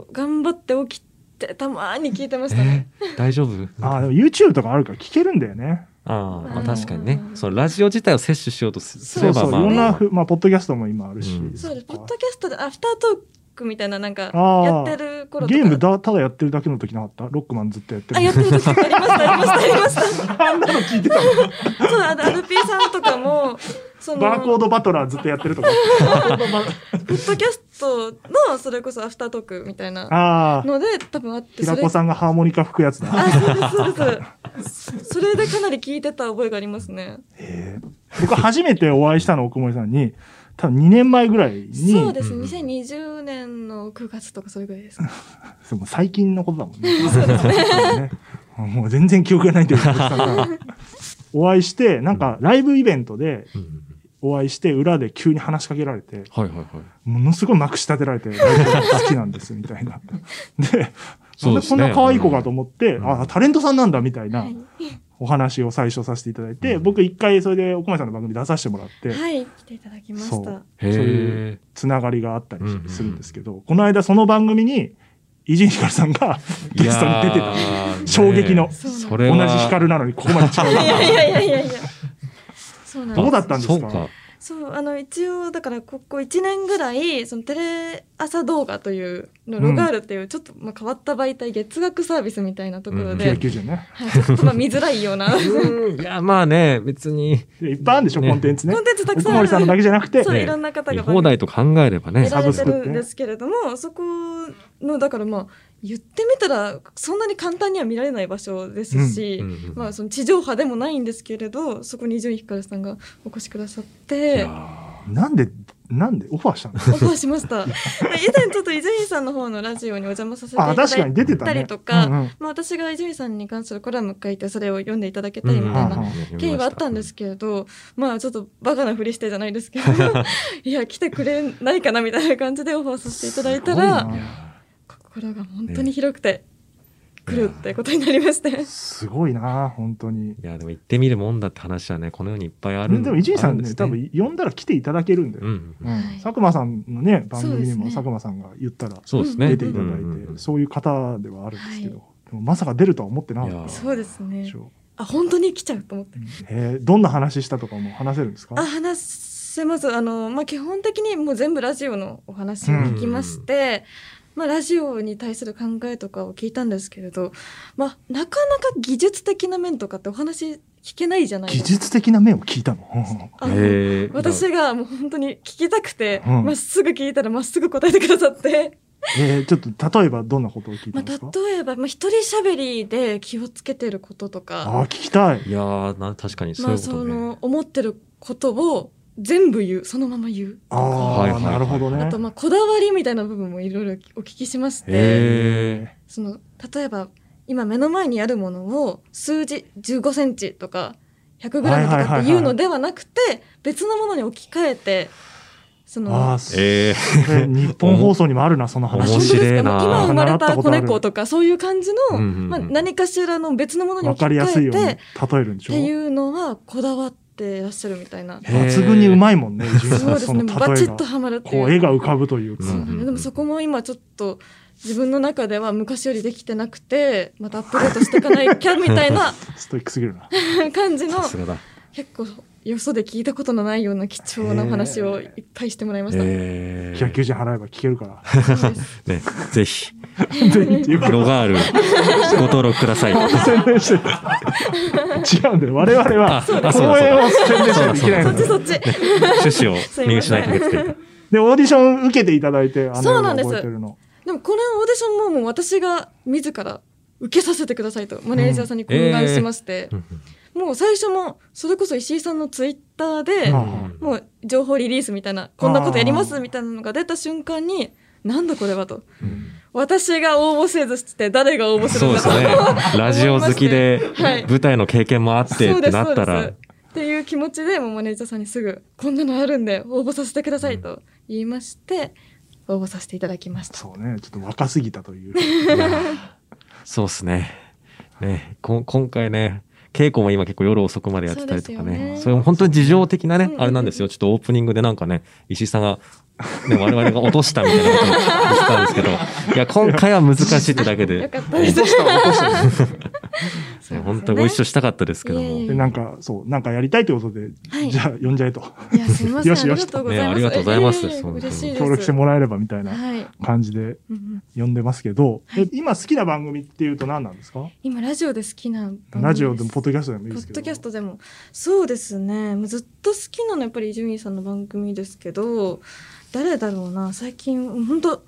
S4: も頑張って起きてたまーに聞いてましたね
S3: え、ー大丈夫
S2: あーでも YouTube とかあるから聞けるんだよね
S3: あー、ま
S4: う
S3: あ、
S4: ん
S3: 確かにね。そのラジオ自体を摂取しようとすす
S2: そ
S3: れ
S2: う
S3: ば、
S2: そうい
S3: まあ
S2: ろん
S3: ま
S2: な
S3: あ
S2: ふ、まあ、ポッドキャストも今あるし、
S3: うん
S4: そうですポ
S2: そ
S4: ッ
S2: っ
S4: ド
S2: か
S4: キャストでアフタートークみたいななんか
S2: あー
S4: やってる頃とか
S2: ゲームだただやってるだけの時なかったロックマンずっとやってる
S4: あやってる時ありましたありましたありました
S2: あんなの聞いてたの
S4: そうあの RP さんとかもそ の
S2: バーコードバトラーずっとやってると か
S4: ポッドキャストのそれこそアフタートークみたいな
S2: ああ
S4: ので多分あって
S2: 平
S4: れ
S2: 子さんがハーモニカ吹くやつだ
S4: あそうですそうですそれでかなり聞いてた覚えがありますね
S2: へえ僕初めてお会いしたの奥森さんに多分2年前ぐらいに
S4: そうです
S3: うん
S4: 2020年の9月とかそれぐらいですか
S2: そうもう最近のことだもんね。 そうねもう全然記憶がないというかおじさんが お会いしてなんかライブイベントで
S3: うんうん
S2: お会いして裏で急に話しかけられて
S3: はいはいはい。
S2: ものすごいまくし立てられてライブが好きなんですみたいな。で
S3: そう
S2: なん
S3: で
S2: ですこん
S3: ね
S2: な可愛い子かと思って、
S3: ん
S2: あタレントさんなんだみたいな
S4: はい
S2: お話を最初させていただいて、
S3: うん
S2: 僕一回それで奥森さんの番組出させてもらって、
S4: はい来ていただきま
S2: そ
S4: し
S2: う
S4: た
S3: へ
S2: そうい
S3: え
S2: う。つながりがあったり
S3: うんうん
S2: するんですけど、この間その番組に伊集院光さんがゲストに出てた
S3: い。やー
S2: 衝撃の
S3: ね
S4: そうなんです
S3: それ
S2: 同
S3: は
S2: じ光なのにここまで違
S4: いう
S2: な。
S4: やいやいやいやい やそうなんです
S2: どうだったんですか
S3: そうか。
S4: そうあの一応だからここ1年ぐらいそのテレ朝動画というのロガールっていうちょっとまあ変わった媒体月額サービスみたいなところで、
S3: うん
S2: 990ね。
S4: はい、ちょっとまあ見づらいようなコン
S3: うん、いや、まあね、別に、
S2: いっぱいあるんでしょ、
S3: ね
S2: コンテンツね。
S4: テンツたく
S2: 奥
S4: さんあ
S2: 森さんのだ
S4: る
S2: けじゃなくて、
S4: そう
S3: ね
S4: いろんな方
S3: 見
S4: が
S3: 放題と考えればね
S4: 得。られて
S2: サブスクね
S4: るんですけれどもそこのだからまあ言ってみたらそんなに簡単には見られない場所ですし、
S3: うんうんうん
S4: まあ、その地上波でもないんですけれどそこに伊集院光さんがお越しくださっ
S3: い
S4: て。
S3: や
S2: なんで、なんでオファーしたの
S4: オファーしました以前ちょっと伊集院さんの方のラジオにお邪魔させてい
S2: あ、
S4: た
S2: 確か
S4: だ
S2: に
S4: い
S2: 出てた
S4: た
S2: ね。
S4: りとか
S2: うんうん
S4: まあ、私が伊集院さんに関するコラム書いてそれを読んでいただけ
S3: ー
S4: たりみたい
S2: うんうん
S4: な経緯はあったんですけれど、まあちょっとバカなふりしてじゃないですけど いや来てくれないかなみたいな感じでオファーさせていただいた
S2: す
S4: ら
S2: ごいな
S4: 心が本当に広くて来るってことになりまして、
S2: すごいな、本当に。
S3: いや、でも行ってみるもんだって話はね、この世にいっぱいある
S2: でも伊集院さん
S3: ある
S2: ね、
S3: です
S2: 多分呼んだら来ていただけるんだ
S3: うんう
S2: よ。
S3: ん
S2: うん
S4: はい
S2: 佐久間さんのね、番組に
S4: そう
S2: も
S4: ですね
S2: 佐久間さんが言ったら
S3: そうですね。
S2: 出ていただ
S3: うん
S2: い
S3: うん
S2: て、そういう方ではあるんですけど、でもまさか出るとは思ってなかった
S3: いや
S4: そうです
S2: で
S4: ね
S2: しょ
S4: あ本当に来ちゃうと思って
S2: う。えーどんな話したとかも話せるんですか
S4: あ話せますあの、まあ、基本的にもう全部ラジオのお話を聞きまして、まあ、ラジオに対する考えとかを聞いたんですけれど、まあ、なかなか技術的な面とかってお話聞けないじゃないで
S2: 技
S4: すか。
S2: 術的な面を聞いたの。
S4: あの
S3: へー
S4: 私がもう本当に聞きたくて、
S2: うん
S4: まっすぐ聞いたらまっすぐ答えてくださって、
S2: えーちょっと例えばどんなことを聞いた
S4: ま
S2: んですか
S4: あ、例えば、まあ、一人喋りで気をつけてることとか
S2: ああ、聞きたい。
S3: いやーな確かにそう
S4: ま
S3: いう
S4: あ
S3: こ
S4: そ
S3: とね。
S4: の思ってることを全部言うそのまま言う
S2: ああ、
S3: はいはいはい
S2: なるほどね
S4: あとまあこだわりみたいな部分もいろいろお聞きしまして
S3: へえ。
S4: その例えば今目の前にあるものを数字1 5センチとか1 0 0ムと
S2: はいはいはい
S4: か
S2: は
S4: っ
S2: い
S4: ていうのではなくて別のものに置き換えてそ
S2: あ
S4: の
S2: あそれ
S3: ええ。
S2: 日本放送にもあるなその
S4: あ
S2: 話
S4: 本
S3: 面
S4: 当
S3: 白
S4: で
S3: い
S4: すか
S3: な
S4: 今生まれ
S2: 習った
S4: た
S2: ことあ
S4: 子
S2: る
S4: 猫とかそういう感じ
S3: うんうんうん
S4: の、まあ、何かしらの別のものに
S2: わ
S4: 置き
S2: かりやすいよ
S4: 換え
S2: うに
S4: て
S2: 例えるんでし
S4: っ
S2: ょ
S4: ていうのはこだわってらっしゃるみたいな。
S3: へえ
S2: 抜群にうまいも んね伊集院
S4: そ
S2: さ
S4: う
S2: の
S4: ですね。
S2: 例え
S4: バチッと
S2: が
S4: はまるっていう。
S2: こう絵が浮かぶというか、
S4: そうなんです
S3: うんうんうん
S4: でもそこも今ちょっと自分の中では昔よりできてなくてまたアップデートしていかないきゃみたいな
S2: ストイックすぎるな
S4: 感じの
S3: さすがだ。
S4: 結構よそで聞いたことのないような貴重なお話をいっぱいしてもらいました。
S3: ええ。
S2: 190円払えば聞けるから
S4: そうです
S3: ね、 ぜひ、
S2: ぜひっていうか
S3: ロガール、ご登録ください。
S2: 宣伝してる違うんだよ我々
S3: あ
S2: は
S3: そうだ
S2: 公演を宣伝しないといけない
S4: そ
S2: の
S4: っちそっち。
S3: 趣旨を見失いかけてる。
S2: でオーディション受けていただいてあの
S4: そう
S2: 夜
S4: なんです
S2: 覚えてるの
S4: でもこのオーディションももう私が自ら受けさせてくださいとマネージャーさんに懇願しまして、もう最初もそれこそ石井さんのツイッターで、
S2: うん
S4: もう情報リリースみたいなこんなことやりま
S2: あー
S4: すみたいなのが出た瞬間になんだこれはと
S3: うん
S4: 私が応募せずして誰が応募する
S3: そ
S4: ん
S3: う
S4: だ
S3: で
S4: と
S3: すね。ラジオ好きで
S4: はい、
S3: 舞台の経験もあって
S4: そう
S3: っ
S4: で
S3: て
S4: す
S3: なった
S4: そう
S3: ら
S4: で、すっていう気持ちでもうマネージャーさんにすぐこんなのあるんで応募させてくださいと言いまして応募させていただきました。
S2: そうねちょっと若すぎたという
S3: そうですね。ね、こん今回ね、稽古も今結構夜遅くまでやってたりとか
S4: そうですよ
S3: ね。
S4: ね
S3: それも本当に事情的な
S4: うん
S3: ね
S4: うんう、ん
S3: あれなんですよ。ちょっとオープニングでなんかね、石井さんが、ね、我々が落としたみたいなことを言ったんですけど、いや、今回は難しいってだけ
S4: よ
S3: で、
S4: かったで
S2: 落
S4: す。
S2: とした落とした
S4: そうですね
S3: 本当ご一緒したかったですけども。
S4: いえいえ
S2: でなんかそうなんかやりたいということで、
S4: はい
S2: じゃあ呼んじゃえと
S4: いやすみません
S2: よしよし
S4: ありがとうございます。
S3: ねありがとうございます
S4: ええ
S3: そう
S4: 嬉しいです。
S2: 協力してもらえればみたいな
S4: はい。
S2: 感じで
S4: うんうん
S2: 呼んでますけど、
S4: はい
S2: え今好きな番組っていうと何なんですか
S4: 今ラジオで好きな番組
S2: ラジオでも
S4: す
S2: ポッドキャストでもいい
S4: ポ
S2: ですけ
S4: ッ
S2: ど
S4: ドキャストでもそうですねもうずっと好きなのやっぱり伊集院さんの番組ですけど誰だろうな最近本当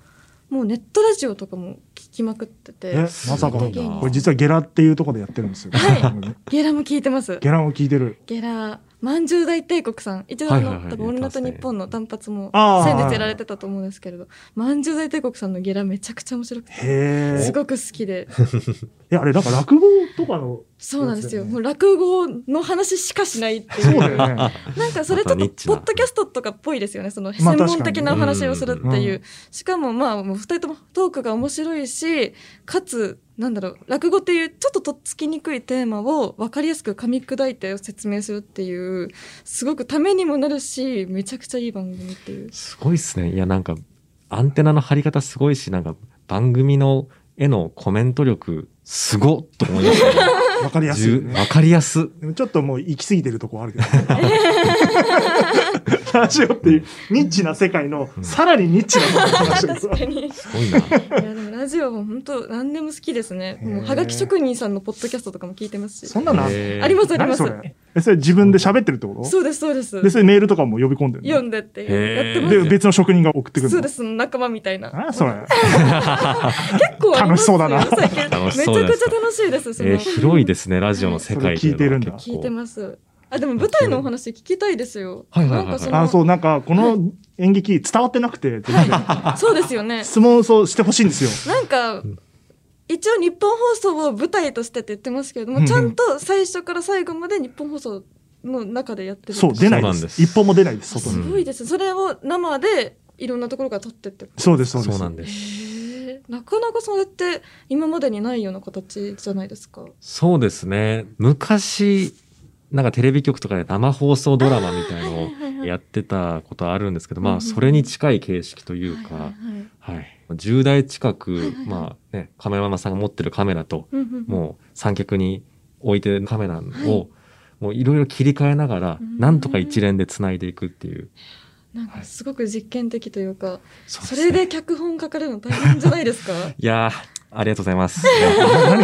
S4: もうネットラジオとかも聞きまくってて
S2: えまさか
S4: ポ
S2: こ
S4: ッドキャスト
S2: れ実はゲラっていうところでやってるんですよ、
S4: はゲラも聞いてます
S2: ゲラも聞いてる
S4: ゲラまんじゅう大帝国さん一度あの、
S3: はいはいはい
S4: 多分オールナイトニッポンの単発も
S2: あー
S4: 先日やられてたと思うんですけれどまんじゅう大帝国さんのゲラめちゃくちゃ面白くて
S2: へ
S4: す
S2: え
S4: ごく好きで
S2: えあれなんか落語とかの
S4: そうなんですよ
S2: そうですよね
S4: もう落語の話しかしないっていう
S2: そうだよね
S4: なんかそれちょっとポッドキャストとかっぽいですよねその
S2: まあ
S4: 専門的なお話をするって
S2: 確かに
S4: い
S2: うん
S4: うしかもまあもう2人ともトークが面白いしかつなんだろう落語っていうちょっととっつきにくいテーマを分かりやすく噛み砕いて説明するっていうすごくためにもなるしめちゃくちゃいい番組っ ていう
S3: すごいっすね。いや、なんか、アンテナの張り方すごいし、なんか、番組の絵のコメント力、すごっと思いましたね。
S2: わかりやすい よ
S3: 十
S2: ね
S3: わかりやす。
S2: でもちょっともう行き過ぎてるとこある けど、ね、ラジオっていうニッチな世界のさらにニッチな話を
S4: 確かにい
S3: すごいな。
S4: やでもラジオも本当何でも好きですねもう
S2: へー
S4: はがき職人さんのポッドキャストとかも聞いてますし
S2: そんなのある
S3: へー
S4: ありますありま
S2: 何
S4: す
S2: それえそれ自分で喋ってるってこと
S4: そうですそうです
S2: でそれメールとかも呼び込んで
S4: 読
S2: る
S4: んでっていう
S3: へー
S4: やってます
S2: ので別の職人が送ってくるの
S4: そうです仲間みたいな
S2: あそれ
S4: 結構ありま
S2: 楽
S4: すよ
S2: しそうだな
S4: 最近
S3: 楽
S4: め
S3: し
S4: ちゃ
S3: そうじゃないで
S4: く
S3: す
S4: ち
S3: か
S4: ゃ楽しいですその、
S3: えー広いですね、ラジオの世界とうのは
S2: そ
S3: 結構
S4: 聞いてますあでも舞台のお話聞きたいですよ
S3: はいはいはいはい
S4: なんかその
S2: あそうなんかこの演劇伝わってなくて全然
S4: そうですよね
S2: 質問をそうしてほしいんですよ
S4: なんか一応日本放送を舞台としてって言ってますけれど
S2: うんう
S4: も
S2: ん
S4: ちゃんと最初から最後まで日本放送の中でやってる
S2: そう
S4: で
S2: 出ない
S3: そう
S2: で
S3: なん
S2: す
S3: です
S2: 一本も出ないです
S4: す
S2: 外
S3: う
S2: に
S3: ん
S4: ごいですそれを生でいろんなところから撮ってってこと
S2: そうですそうで
S3: そう
S2: す
S3: なんです。
S4: へーなかなかそれって今までにないような形じゃないですか
S3: そうですね。昔、なんかテレビ局とかで生放送ドラマみたいのをやってたことあるんですけど、
S4: はい
S3: ま
S4: は
S3: あ、
S4: いはい
S3: それに近い形式という
S4: は
S3: か
S4: い、はいはい
S3: はい。10台近
S4: はいは
S3: く
S4: いは、い
S3: まあね、カメラマンさんが持ってるカメラと、
S4: うんうんうん
S3: もう三脚に置いてるカメラを、
S4: はい
S3: もういろいろ切り替えながら、
S4: うん
S3: なんとか一連で繋いでいくっていう。
S4: なんかすごく実験的というか、
S3: そ
S4: そう
S3: す
S4: れ
S3: ね
S4: で脚本書かれるの大変じゃないですか
S3: いやー、ありがとうございます。いや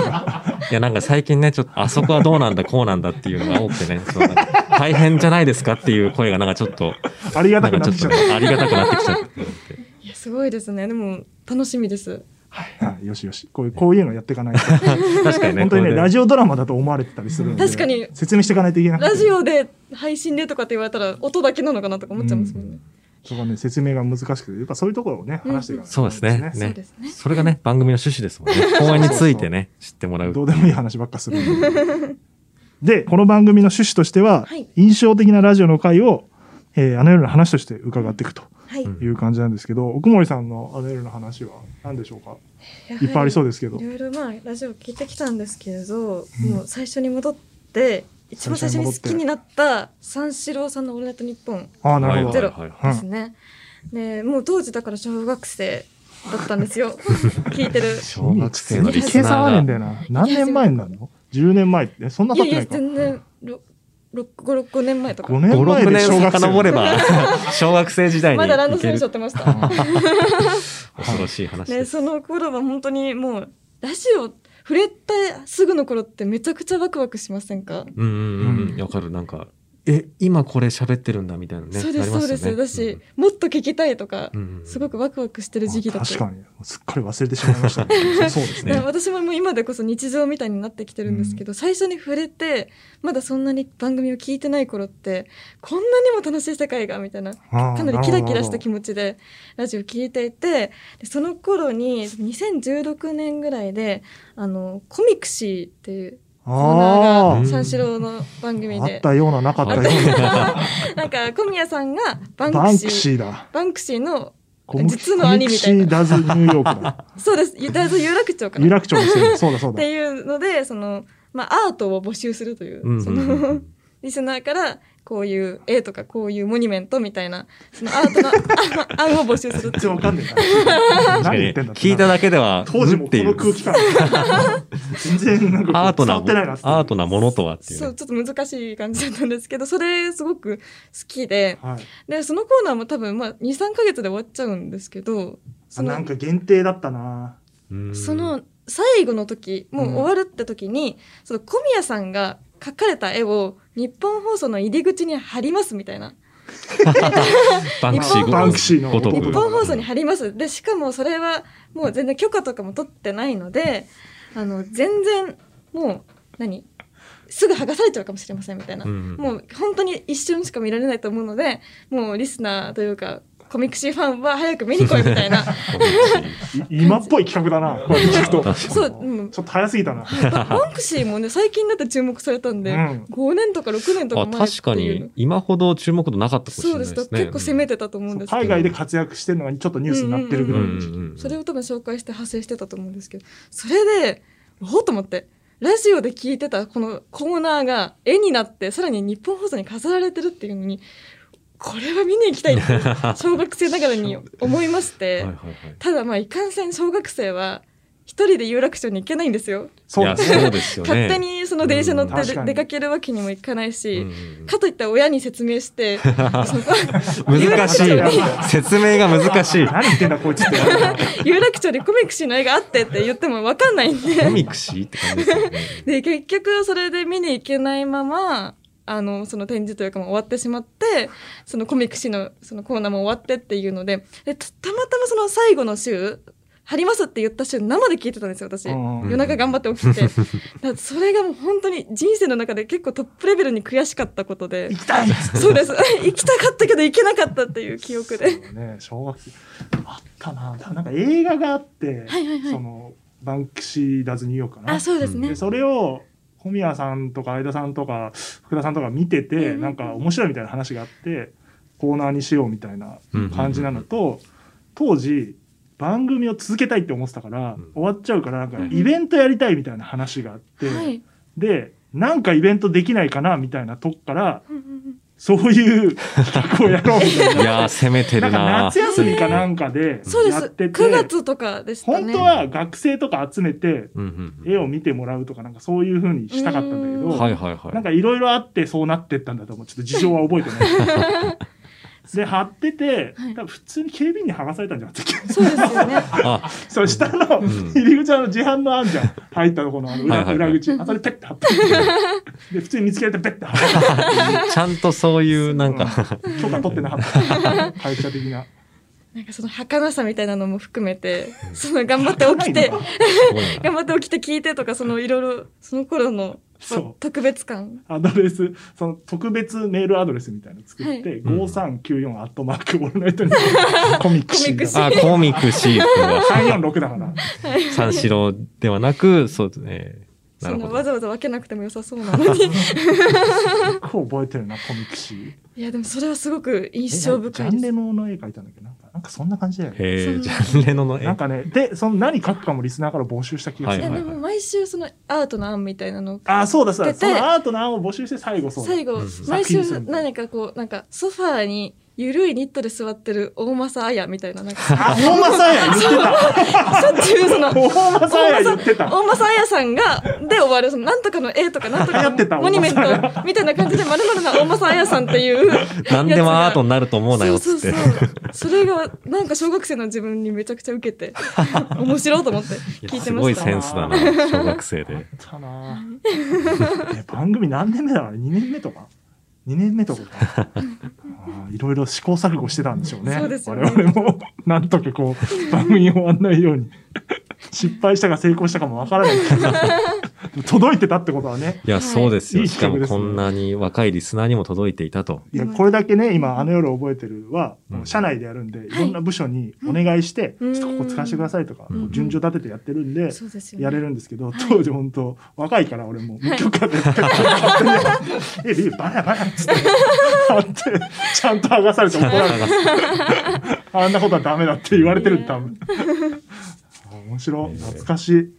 S3: いや、なんか最近ね、ちょっと、あそこはどうなんだ、こうなんだっていうのが多くてね、そうなんか大変じゃないですかっていう声がなんかちょっと、
S2: ありが
S3: な
S2: た
S3: んか
S2: くな
S3: ち
S2: っ
S3: ょ
S2: て
S3: っ
S2: き
S3: と
S2: ちゃった
S3: ね、ありがたくなってきちゃって。
S4: いやすごいですねでも楽しみです
S2: はいよしよし。こういう、こういうのやっていかないと。
S3: 確 かにね。
S2: 本当に
S3: こ
S2: ね、
S3: れで
S2: ラジオドラマだと思われてたりするので。
S4: 確かに
S2: 説明していかないといけなくて
S4: ラジオで配信でとかって言われたら音だけなのかなとか思っちゃいますもんね。
S2: そこはね、説明が難しくて、やっぱそういうところをね、
S4: うん
S2: 話していかないと
S3: そうですね
S2: ダメ
S4: そうですね。
S3: それがね、番組の趣旨ですもんね。公演についてね、知ってもらう。
S2: どうでもいい話ばっかするんで。で、この番組の趣旨としては、
S4: はい
S2: 印象的なラジオの回を、えーあの夜の話として伺っていくと
S4: はい。
S3: うん
S2: いう感じなんですけど、奥森さんのあの夜の話は何でしょうかいっぱいありそうですけど
S4: いろいろまあラジオ聞いてきたんですけれど、もう最初に戻って一番最初に好きになった三四郎さんの「オールナイトニッポン
S2: ああ、なるほ
S4: ゼ
S2: ど。
S4: ロ
S3: はいはい
S2: はい
S4: ですね。でもう当時だから小学生だったんで すよ。聞いてる。
S3: 小学生のリス
S2: 計算
S3: ナ
S2: わねえん
S3: ー
S2: だ
S3: が。
S2: よな。何年前になるの ?10 年前って、そんない経
S4: や
S2: っ
S4: い
S2: てな
S4: や
S2: いか。
S4: 全然ろ六五六五年前とか
S2: 5。年
S3: 5、
S2: 前
S3: 6
S2: で
S3: 年
S2: 小学生。
S3: 遡れば、小学生時代に
S4: まだランド
S3: 行
S4: セ
S3: け
S4: ルしょっ
S3: る
S4: てました。
S3: 恐ろしい話
S4: ね、
S3: です。
S4: その頃は本当にもうラジオ触れたすぐの頃ってめちゃくちゃワクワクしませんか、
S3: うんうんうんうん。わかる。なんか、え、今これ喋ってるんだみたいなね。
S4: そうです
S3: な
S4: そう
S3: り
S4: で
S3: ますよね
S4: だし、、もっと聞きたいとか、
S3: うんうんうん
S4: すごくワクワクしてる時期だった
S2: 確かに。すっかり忘れてしまいました、 ね。そうです
S4: だか
S2: ね
S4: ら。私ももう今でこそ日常みたいになってきてるんですけど、最初に触れてまだそんなに番組を聞いてない頃ってこんなにも楽しい世界がみたいな
S2: か
S4: かなりキラキラした気
S2: 持ち。
S4: 持ちでラジオ聞いていてでその頃に2016年ぐらいであのコミクシーっていうコーナ
S2: あ
S4: ー
S2: ー
S4: が三四郎の番組
S2: あっ
S4: で
S2: たような、なかったような。
S4: なんか小宮さんが バン
S2: バ
S4: ク
S2: ン
S4: シ
S2: ク
S4: ー
S2: シーだ。
S4: バンクシーの
S2: コミ
S4: 実の兄みたいな
S2: コミクシーダズニューヨークだ。
S4: そうですユダヤ有楽町か
S2: 有
S4: なっ
S2: 楽町にしてる。そうだそうだ
S4: て。いうのでその、まあ、アートを募集するという、
S3: うんうん
S4: そ
S3: うん
S4: のリスナーからこういう絵とかこういうモニュメントみたいなそのアートのあ案を募集するって
S2: 全然
S4: いう
S2: わかんねえ な。
S3: 確か
S2: 何言
S3: に
S2: ってんだって
S3: 聞いただけでは、
S2: 当時もこの
S3: うんってい
S2: 空
S3: う
S2: 気感。全然なんか
S3: アートな、
S2: 伝わってないな。
S3: アートなものとはっていう
S4: そ
S3: ね
S4: う。ちょっと難しい感じだったんですけどそれすごく好きで
S2: はい。
S4: でそのコーナーも多分、まあ、23か月で終わっちゃうんですけど
S2: あ
S4: その
S2: なんか限定だったな。
S3: うん
S4: そ、の最後の時もう終わるって時に、その小宮さんが描かれた絵を日本放送の入り口に貼りますみたいな
S3: バンクシーご
S4: バ
S2: ンクシーの
S3: ごと
S2: うん
S4: 日
S3: く。
S4: 本放送に貼りますでしかもそれはもう全然許可とかも取ってないのであの全然もう何すぐ剥がされちゃうかもしれませんみたいな、
S3: うん
S4: もう本当に一瞬しか見られないと思うのでもうリスナーというかコミクシーファンは早く見に来いみ たいな
S2: い今っぽい企画だな。こうやって聞くと。
S4: そううん
S2: ちょっと早すぎたな。
S4: バンクシーもね最近になって注目されたんで、
S2: うん
S4: 5年とか6年とか
S3: あ、
S4: 前ってい
S3: 確
S4: う
S3: かに、今ほど注目度なかったかもしれ
S4: そ
S3: ない
S4: うで
S3: ですす
S4: だ
S3: ね。
S4: 結構攻めてたと思うんですけど、
S2: 海外で活躍してるのがちょっとニュースになってるぐ
S3: う
S2: ら
S3: ん
S2: い
S3: うん
S2: の時期。
S3: うんうん
S4: それを多分紹介して派生してたと思うんですけどそれでおおと思ってラジオで聞いてたこのコーナーが絵になってさらに日本放送に飾られてるっていうのにこれは見に行きたいって 小学生ながらに思いまして、
S3: はいはいはい
S4: ただまあいかんせん小学生は一人で有楽町に行けないんですよ
S2: そう
S3: い
S2: だ
S3: や
S2: ね。
S3: そうですよね。
S4: 勝手にその電車乗って
S2: うん
S4: で
S2: 確かに
S4: 出かけるわけにもいかないし、
S3: うんうん
S4: かといって親に説明して
S3: うん難しい。説明が難 しい。
S2: 何言ってんだこいつって。
S4: 有楽町でコミクシーの絵があってって言っても分かんないん
S3: コ
S4: で
S3: ミクシーって感じですよね。
S4: で結局それで見に行けないままあのその展示というかも終わってしまってそのコミクシーのそのコーナーも終わってっていうのででたたまたまその最後の週貼りますって言った週生で聞いてたんですよ私。
S2: うん
S4: 夜中頑張って 起きてだからそれがもう本当に人生の中で結構トップレベルに悔しかったことで
S2: 行きたいっつって
S4: そうです 行きたかったけど行けなかったっていう記憶で
S2: ね、小学生あったななんか映画があって、
S4: はいはいはい
S2: そのバンクシー・ダズ・ニューヨークかな
S4: あそうですね
S2: でそれを小宮さんとか相田さんとか福田さんとか見てて、
S4: うん
S2: なんか面白いみたいな話があってコーナーにしようみたいな
S3: うん
S2: 感じなのと、当時番組を続けたいって思ってたから、
S3: うん
S2: 終わっちゃうからなんか
S3: うん
S2: イベントやりたいみたいな話があって、
S4: はい
S2: でなんかイベントできないかなみたいなとこから
S4: うんうんうん
S2: そういう企画をやろうみたいな。
S3: いやー、攻めて
S2: な
S3: る
S2: んか
S3: な
S2: 夏
S3: ー。
S2: 休みかなんかで
S4: そうです
S2: やってて、
S4: 9月とかでしたね
S2: 本当は学生とか集めて
S3: うんうんうん
S2: 絵を見てもらうとかなんかそういう風にしたかったんだけど、
S4: うん
S3: はいはいはい。
S2: なんかいろいろあってそうなってったんだと思う。ちょっと事情は覚えてない。 で、貼ってて、
S4: はい
S2: 多分普通に警備員に剥がされたんじゃなかったっけ
S4: そうですよね
S3: あ、
S2: そう、下の
S3: ん
S2: 入り口の自販のあんじゃん。入ったとこのあの裏,、
S3: はいはいはい
S2: 裏口。あそれペッて貼って。で、普通に見つけられてペッて貼っ
S3: ちゃんとそういう、なんか、
S2: た。許可取ってなかった。会社的な。
S4: なんかその儚さみたいなのも含めて、その頑張って起きて、
S3: すごいな
S4: 頑張って起きて聞いてとか、そのいろいろ、その頃の
S2: そう
S4: 特別感。
S2: アドレス、その特別メールアドレスみたいなの作って、
S4: はい
S2: 5394アットマークオールナイトにコミックシー
S4: コミックシー
S2: ン
S3: あ、コミックシークは
S2: 346だから。
S3: 三四郎ではなく、そうですね。な
S4: そ
S3: る
S4: の
S3: ほ
S4: わ
S3: ど。
S4: ざわざ分けなくても良さそう なのに。
S2: 結構覚えてるな、コミックシー。
S4: いや、でもそれはすごく印象深
S2: えジャ
S4: い
S2: ン
S4: で
S2: レ
S4: す。
S2: ノの絵描いたんだけど、なんかなんかそんな感じだよね。
S3: へ
S4: そ
S3: え、
S4: う
S3: ジャンレノの絵。
S2: なんかね、で、その何描くかもリスナーから募集した気がす
S4: い
S2: る。
S4: や、
S3: はいは
S4: で
S3: い
S4: も毎週そのアートの案みたいなのを
S2: あ、そうだそうだ。
S4: で
S2: そのアートの案を募集して最後そうだ。
S4: 最後
S3: うん、
S2: 作
S4: 毎
S2: 品す
S4: 週
S2: る
S4: 何かこう、なんかソファーに緩いニットで座ってる大政彩みたい な、なんか、
S2: あ、大正や言ってた。
S4: しょっちゅうその、
S2: 大正や言ってた。
S4: 大政彩さんが、で終わる、その、なんとかの絵とか、なんと
S2: 流行って
S4: か
S2: た
S4: のモニュメントみたいな感じで、まるまるな大政彩さんっていう。
S3: 何でもアートに
S4: な
S3: なると思うなよっ
S4: そ
S3: つ
S4: う
S3: っ
S4: そう
S3: て。
S4: そう。それが、なんか小学生の自分にめちゃくちゃ受 けて、面白いと思って聞いて
S3: す
S4: ま
S3: ごい
S4: した。
S3: センスだな、小学生
S2: あっ
S3: で。
S2: たなぁ え番組何年目だあれ2年目とか2年目とかかあーいろいろ試行錯誤してたんでしょうね
S4: そうですよね
S2: 我々もなんとかこう番組を終わんないように失敗したか成功したかもわ からないけどでも届いてたってことはね
S3: いや、そうですよ。
S2: いい
S3: しか
S2: 企
S3: も
S2: 画ですね
S3: こんなに若いリスナーにも届いていたと。
S2: いやこれだけね今「あの夜覚えてるは」
S3: うん
S2: 社内でやるんでいろんな部署にお願いして、
S4: うん
S2: ちょっとここ使わせてくださいとか、
S3: うん
S2: 順序立ててやってるんで、
S4: そうですよね。
S2: やれるんですけど、当時本当若いから俺も無許 可で、ええバラバラっつって貼ってちゃんと剥がされて怒られたあんなことはダメだって言われてるんだ多 分あ面白い懐かしい、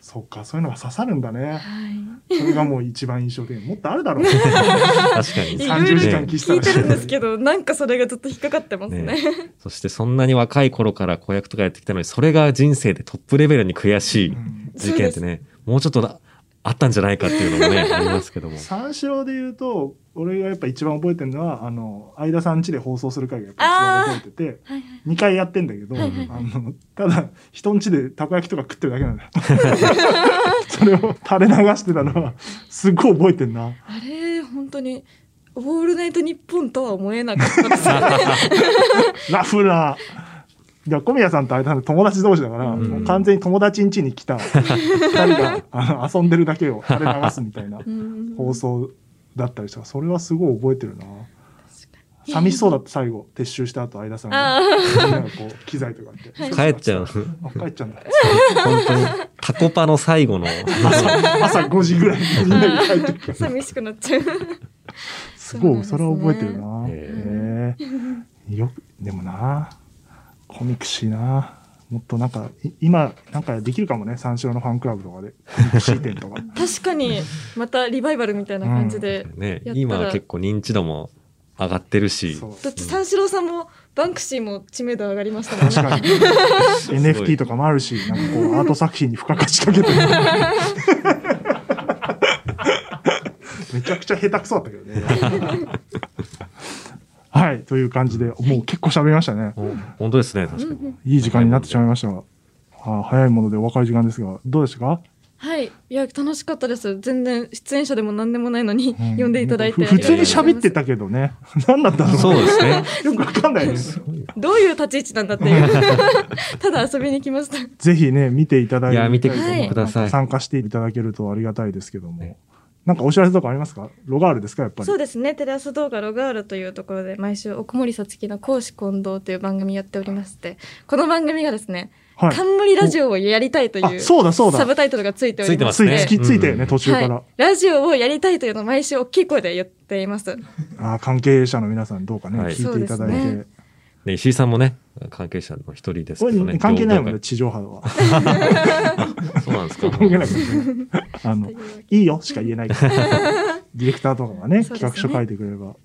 S2: そっかそういうのが刺さるんだね
S4: はい。
S2: それがもう一番印象的もっとある だろう
S3: 確かに。
S4: いろいろ
S2: 30時間聞いてた
S4: 聞い
S2: ら
S4: てるんですけど、なんかそれがずっと引っかかってますね。
S3: ね、そしてそんなに若い頃から子役とかやってきたのにそれが人生でトップレベルに悔しい
S2: うん
S3: 事件ってね、もうちょっとなあったんじゃないかっていうのもねありますけども
S2: 三四郎で言うと俺がやっぱ一番覚えてるのはあの相田さん家で放送する回がやっぱ一番覚えてて
S4: はいはい。
S2: 2回やってんだけど、
S4: はいはい
S2: あのただ人ん家でたこ焼きとか食ってるだけなんだよ それを垂れ流してたのはすっごい覚えてんな
S4: あれ、本当に、オールナイトニッポンとは思えなかったです。
S2: ラフな。いや小宮さんとあれなんで友達同士だから、
S3: うん
S2: もう完全に友達ん家に来た2人があの遊んでるだけを垂れ流すみたいな
S4: うん
S2: 放送だったりしたからそれはすごい覚えてるな
S4: に
S2: 寂しそうだった最後撤収した後相田さんが
S4: あ
S2: みんながこう機材とかって
S3: 帰っちゃう
S2: あ帰っちゃうんだ
S3: 本当にタコパの最後の
S2: 朝朝5時ぐらいにみんなが帰ってく
S4: あ、
S2: る
S4: 寂しくなっちゃう。
S2: すごい、それは覚えてるな。
S3: へ
S2: へえよく、でもな、コミクシーな。もっとなんか、い今、なんかできるかもね、三四郎のファンクラブとかで。コミクシー店とか。
S4: 確かに、またリバイバルみたいな感じで。
S3: ね
S4: やったら
S3: 今は結構認知度も上がってるし
S2: そう。
S4: だって三四郎さんもバンクシーも知名度上がりましたもん
S2: 確
S4: ね。
S2: かに。NFT とかもあるし、なんかこう、アート作品に付加価値かけてる。 めちゃくちゃ下手くそだったけ どね。はい、という感じで、もう結構喋りましたね。
S3: お本当ですね確かに、
S2: いい時間になってしまいましたが、あー早いものでお別れ時間ですが、どうでしたか
S4: はい。いや、楽しかったです。全然出演者でも何でもないのに、呼んでいただいて。
S2: ふ普通に喋って
S4: あ
S2: たけどね。何だったの
S3: そうですね
S2: よくわかんないです。
S4: りがとうございます。どういう立ち位置なんだっていう。ただ遊びに来ました。
S2: ぜひね、見ていただい
S3: い
S2: て。
S3: や見て
S4: はい
S3: ください、
S2: 参加していただけるとありがたいですけども
S3: ね。
S2: なんかお知らせとかありますかロガールですかやっぱり。
S4: そうですね。テレ朝動画ロガールというところで、毎週、おこもりさつきの講師近藤という番組やっておりまして、この番組がですね、
S2: はい。
S4: 冠ラジオをやりたいという、
S2: あ、そうだそうだ。
S4: サブタイトルがついておりま
S3: つ
S4: し
S2: つ
S3: い
S2: い、
S3: てま
S4: て
S3: す
S2: つきついたよね、
S3: うん
S2: 途中から
S4: は。い、ラジオをやりたいというのを毎週大きい声で言っています。
S2: あー関係者の皆さんどうかね、
S3: はい
S2: 聞いていただい
S4: そうです
S2: て
S4: ね。
S3: ね、石井さんもね関係者の一人です
S2: こ
S3: けどね
S2: れ関係ないもん
S3: 業
S2: ね、
S3: 界
S2: 地上波は。
S3: そうなんですか
S2: 関係ないもんね。あ の、いいよしか言えないから。ディレクターとかがね、
S4: そうですね
S2: 企画書書いてくれれば。
S4: はい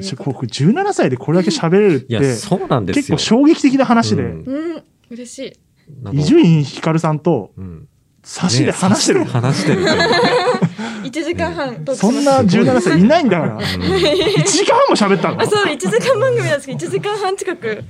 S4: と
S2: 僕
S4: いうことで
S2: 17歳でこれだけ喋れるっ
S3: いや
S2: て、
S3: そうなんです
S2: 結
S3: よ
S2: 構衝撃的な話で、
S3: うん
S4: うん、嬉しい。
S3: なんか
S2: 伊集院光さんと
S3: うん
S2: 差しで話してる、
S3: ね話してるけ
S4: 1時間半と
S2: そん な17歳いないんだから、
S3: どうん
S2: 1時間半も喋ったの
S4: あそう1時間番組なんですけど1時間半近く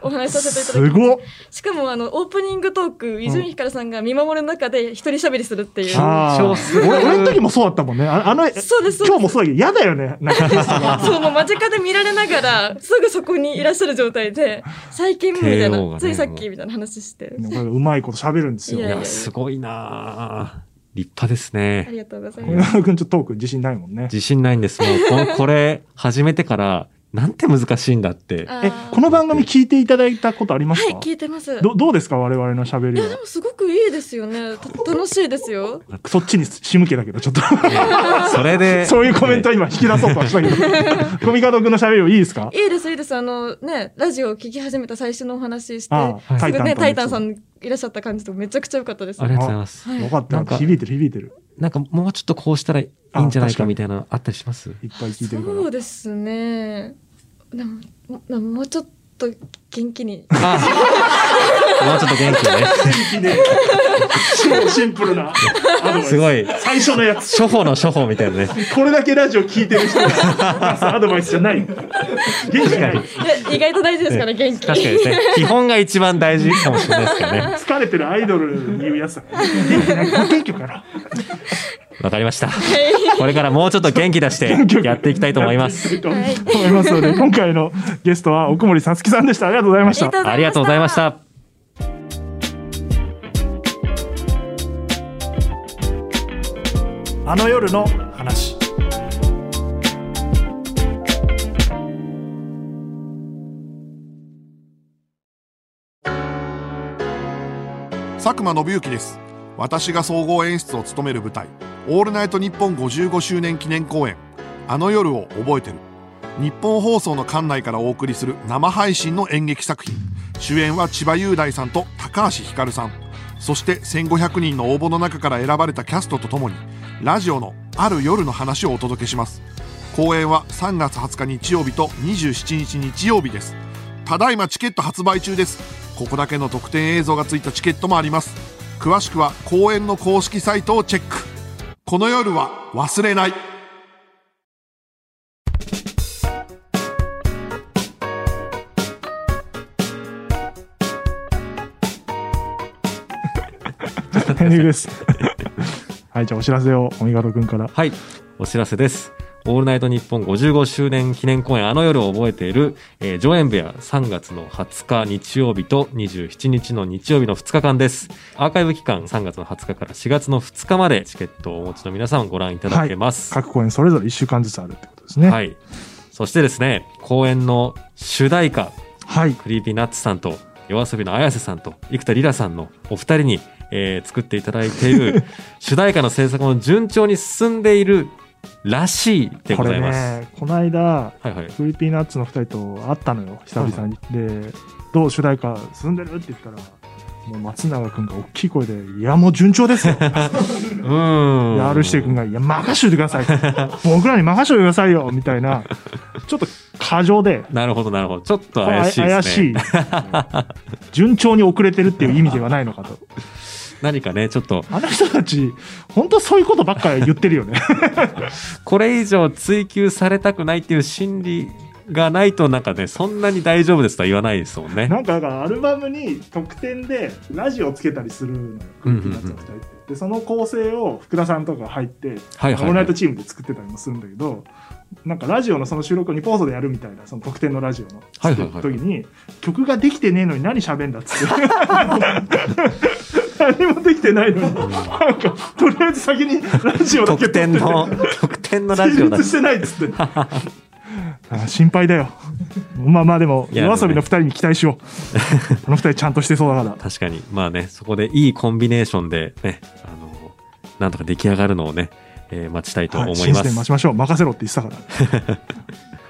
S4: お話しさせていただ
S2: す
S4: きま
S2: ごっ
S4: すしかもあのオープニングトーク伊集院光さんが見守る中で一人喋りするっていう
S2: あ
S3: 緊張す
S2: ー
S3: る
S2: 俺俺の時もそうだったもんね。ああの、
S4: そうですそう
S2: 今
S4: で
S2: 日もそうだけど、嫌だよね。なんかゲストが。
S4: すそうもう間近で見られながらすぐそこにいらっしゃる状態で最近みたいな、
S3: 慶応がね
S4: ついさっきみたいな話して
S2: ねこれうまいこと喋るんですよ。
S4: い
S3: い
S4: や
S3: や、すごいなあ立派ですね
S4: あ。りがとうござい
S2: 小
S4: ます
S2: 山君ちょっとトーク自信ないもんね。
S3: 自信ないんです。もう、このこれ、始めてから、なんて難しいんだって。
S4: あ
S2: え
S4: ー、
S2: この番組聞いていただいたことあります
S4: は
S2: か、
S4: い聞いてます
S2: どどうですか我々の喋り
S4: い
S2: は
S4: やで。もすごくいいですよねた楽しいですよ
S2: そっちに仕向けだけど、ちょっと。
S3: それで、
S2: そういうコメントは今引き出そうとはしたけど。コミカド君の喋りをいいですか
S4: いいですいいですあのねラジオを聞き始めた最初のお話して
S2: ああ、
S3: はい
S4: すごいねタイタンさ
S2: の
S4: んいらっしゃった感じとめちゃくちゃ良かったです
S3: ありがとうございます。
S4: は
S2: 人。
S4: い
S2: よかった。
S3: な
S2: なん
S3: ん
S2: か
S3: か
S2: 響いてる響いてる。
S3: なんか、もうちょっとこうしたらいいんじゃないかみたいなのあったりします
S2: いっぱい聞いてるか
S4: そうですねでももでももうちょっと元気に
S3: あもうちょっと元気 ね。
S2: ら。シンプルな。
S3: すごい、
S2: 最初のやつ。
S3: 初歩の初歩みたいなね。
S2: これだけラジオ聞いてる人が出す アドバイスじゃない。元気ない
S3: 確。
S4: いや意外と大事ですから元気
S3: 確かに ですね。基本が一番大事かもしれないですけど ね。
S2: 疲れてるアイドルに言うやつだから。元気ない。元気から。
S3: わかりました。これからもうちょっと元気出してやっていきたいと思います。
S2: と思いますので、今回のゲストは奥森さつきさんでした。ありがとうございました。
S3: ありがとうございました。
S2: あの夜の話。
S5: 佐久間信行です私が総合演出を務める舞台「オールナイトニッポン」55周年記念公演「あの夜を覚えてる」日本放送の館内からお送りする生配信の演劇作品主演は千葉雄大さんと高橋ひかるさんそして1500人の応募の中から選ばれたキャストとともにラジオの「ある夜」の話をお届けします公演は3月20日日曜日と27日日曜日ですただいまチケット発売中ですここだけの特典映像がついたチケットもあります詳しくは公演の公式サイトをチェックこの夜は忘れない
S2: エンディングです。はい、じゃあお知らせを、おみがろくんから。
S3: はい、お知らせです。オールナイトニッポン55周年記念公演、あの夜を覚えている、えー上演部屋3月の20日日曜日と27日の日曜日の2日間です。アーカイブ期間3月の20日から4月の2日までチケットをお持ちの皆さんご覧いただけます。は
S2: 各公演それぞれ1週間ずつあるってことです
S3: い。
S2: ね。はい。
S3: そしてですね、公演の主題歌、クリーピーナッツさんと夜遊びの綾瀬さんと生田リラさんのお二人に、えー作っていただいてい る主題歌の制作も順調に進んでいるらしいで
S2: こ
S3: ござ
S2: れ
S3: います。
S2: ね、この間、
S3: はいはい。
S2: クリーピーナッツの2人と会ったのよ、久々に。で、どう主題歌進んでるって言ったら、もう松永くんが大きい声で、いや、もう順調ですよ。
S3: うーん。
S2: で R してくんが、いや、任しといてくだ さい。僕らに任しといてくださいよ、みたいな、ちょっと過剰で、
S3: なるほどなるほど。ちょっと
S2: これ
S3: 怪しいで
S2: 怪
S3: す
S2: し
S3: ね。
S2: い。 順調に遅れてるっていう意味ではないのかと。
S3: 何かね、ちょっと
S2: あの人たち、本当そういうことばっかり言ってるよね。
S3: これ以上追求されたくないっていう心理がないとなんかね、そんなに大丈夫ですとは言わないですもんね。
S2: なんかだからアルバムに特典でラジオをつけたりするのよ、クリーピーナッツの2人って。で、その構成を福田さんとか入って、
S3: はい
S2: オ
S3: は
S2: ー
S3: い、
S2: ル
S3: は
S2: ナイ
S3: い
S2: ト。チームで作ってたりもするんだけど、なんかラジオのその収録を日本放送でやるみたいな、その特典のラジオの
S3: はい
S2: 作
S3: はい
S2: る
S3: はい
S2: 時に、曲ができてねえのに何喋んだっつって。 何もできてないのに、なんか、とりあえず先にラジオだ
S3: 特
S2: け撮って
S3: 典 の、特典のラジ
S2: 成
S3: オだ
S2: 立。してないっつって あ心配だよまあまあでも
S3: いや
S2: 夜遊びの2人に期待しよう この2人ちゃんとしてそうだから
S3: 確かに。まあね、そこでいいコンビネーションでね、あの、なんとか出来上がるのをね、えー待ちたいと思います。
S2: 信じて待ちましょう任せろって言ってたから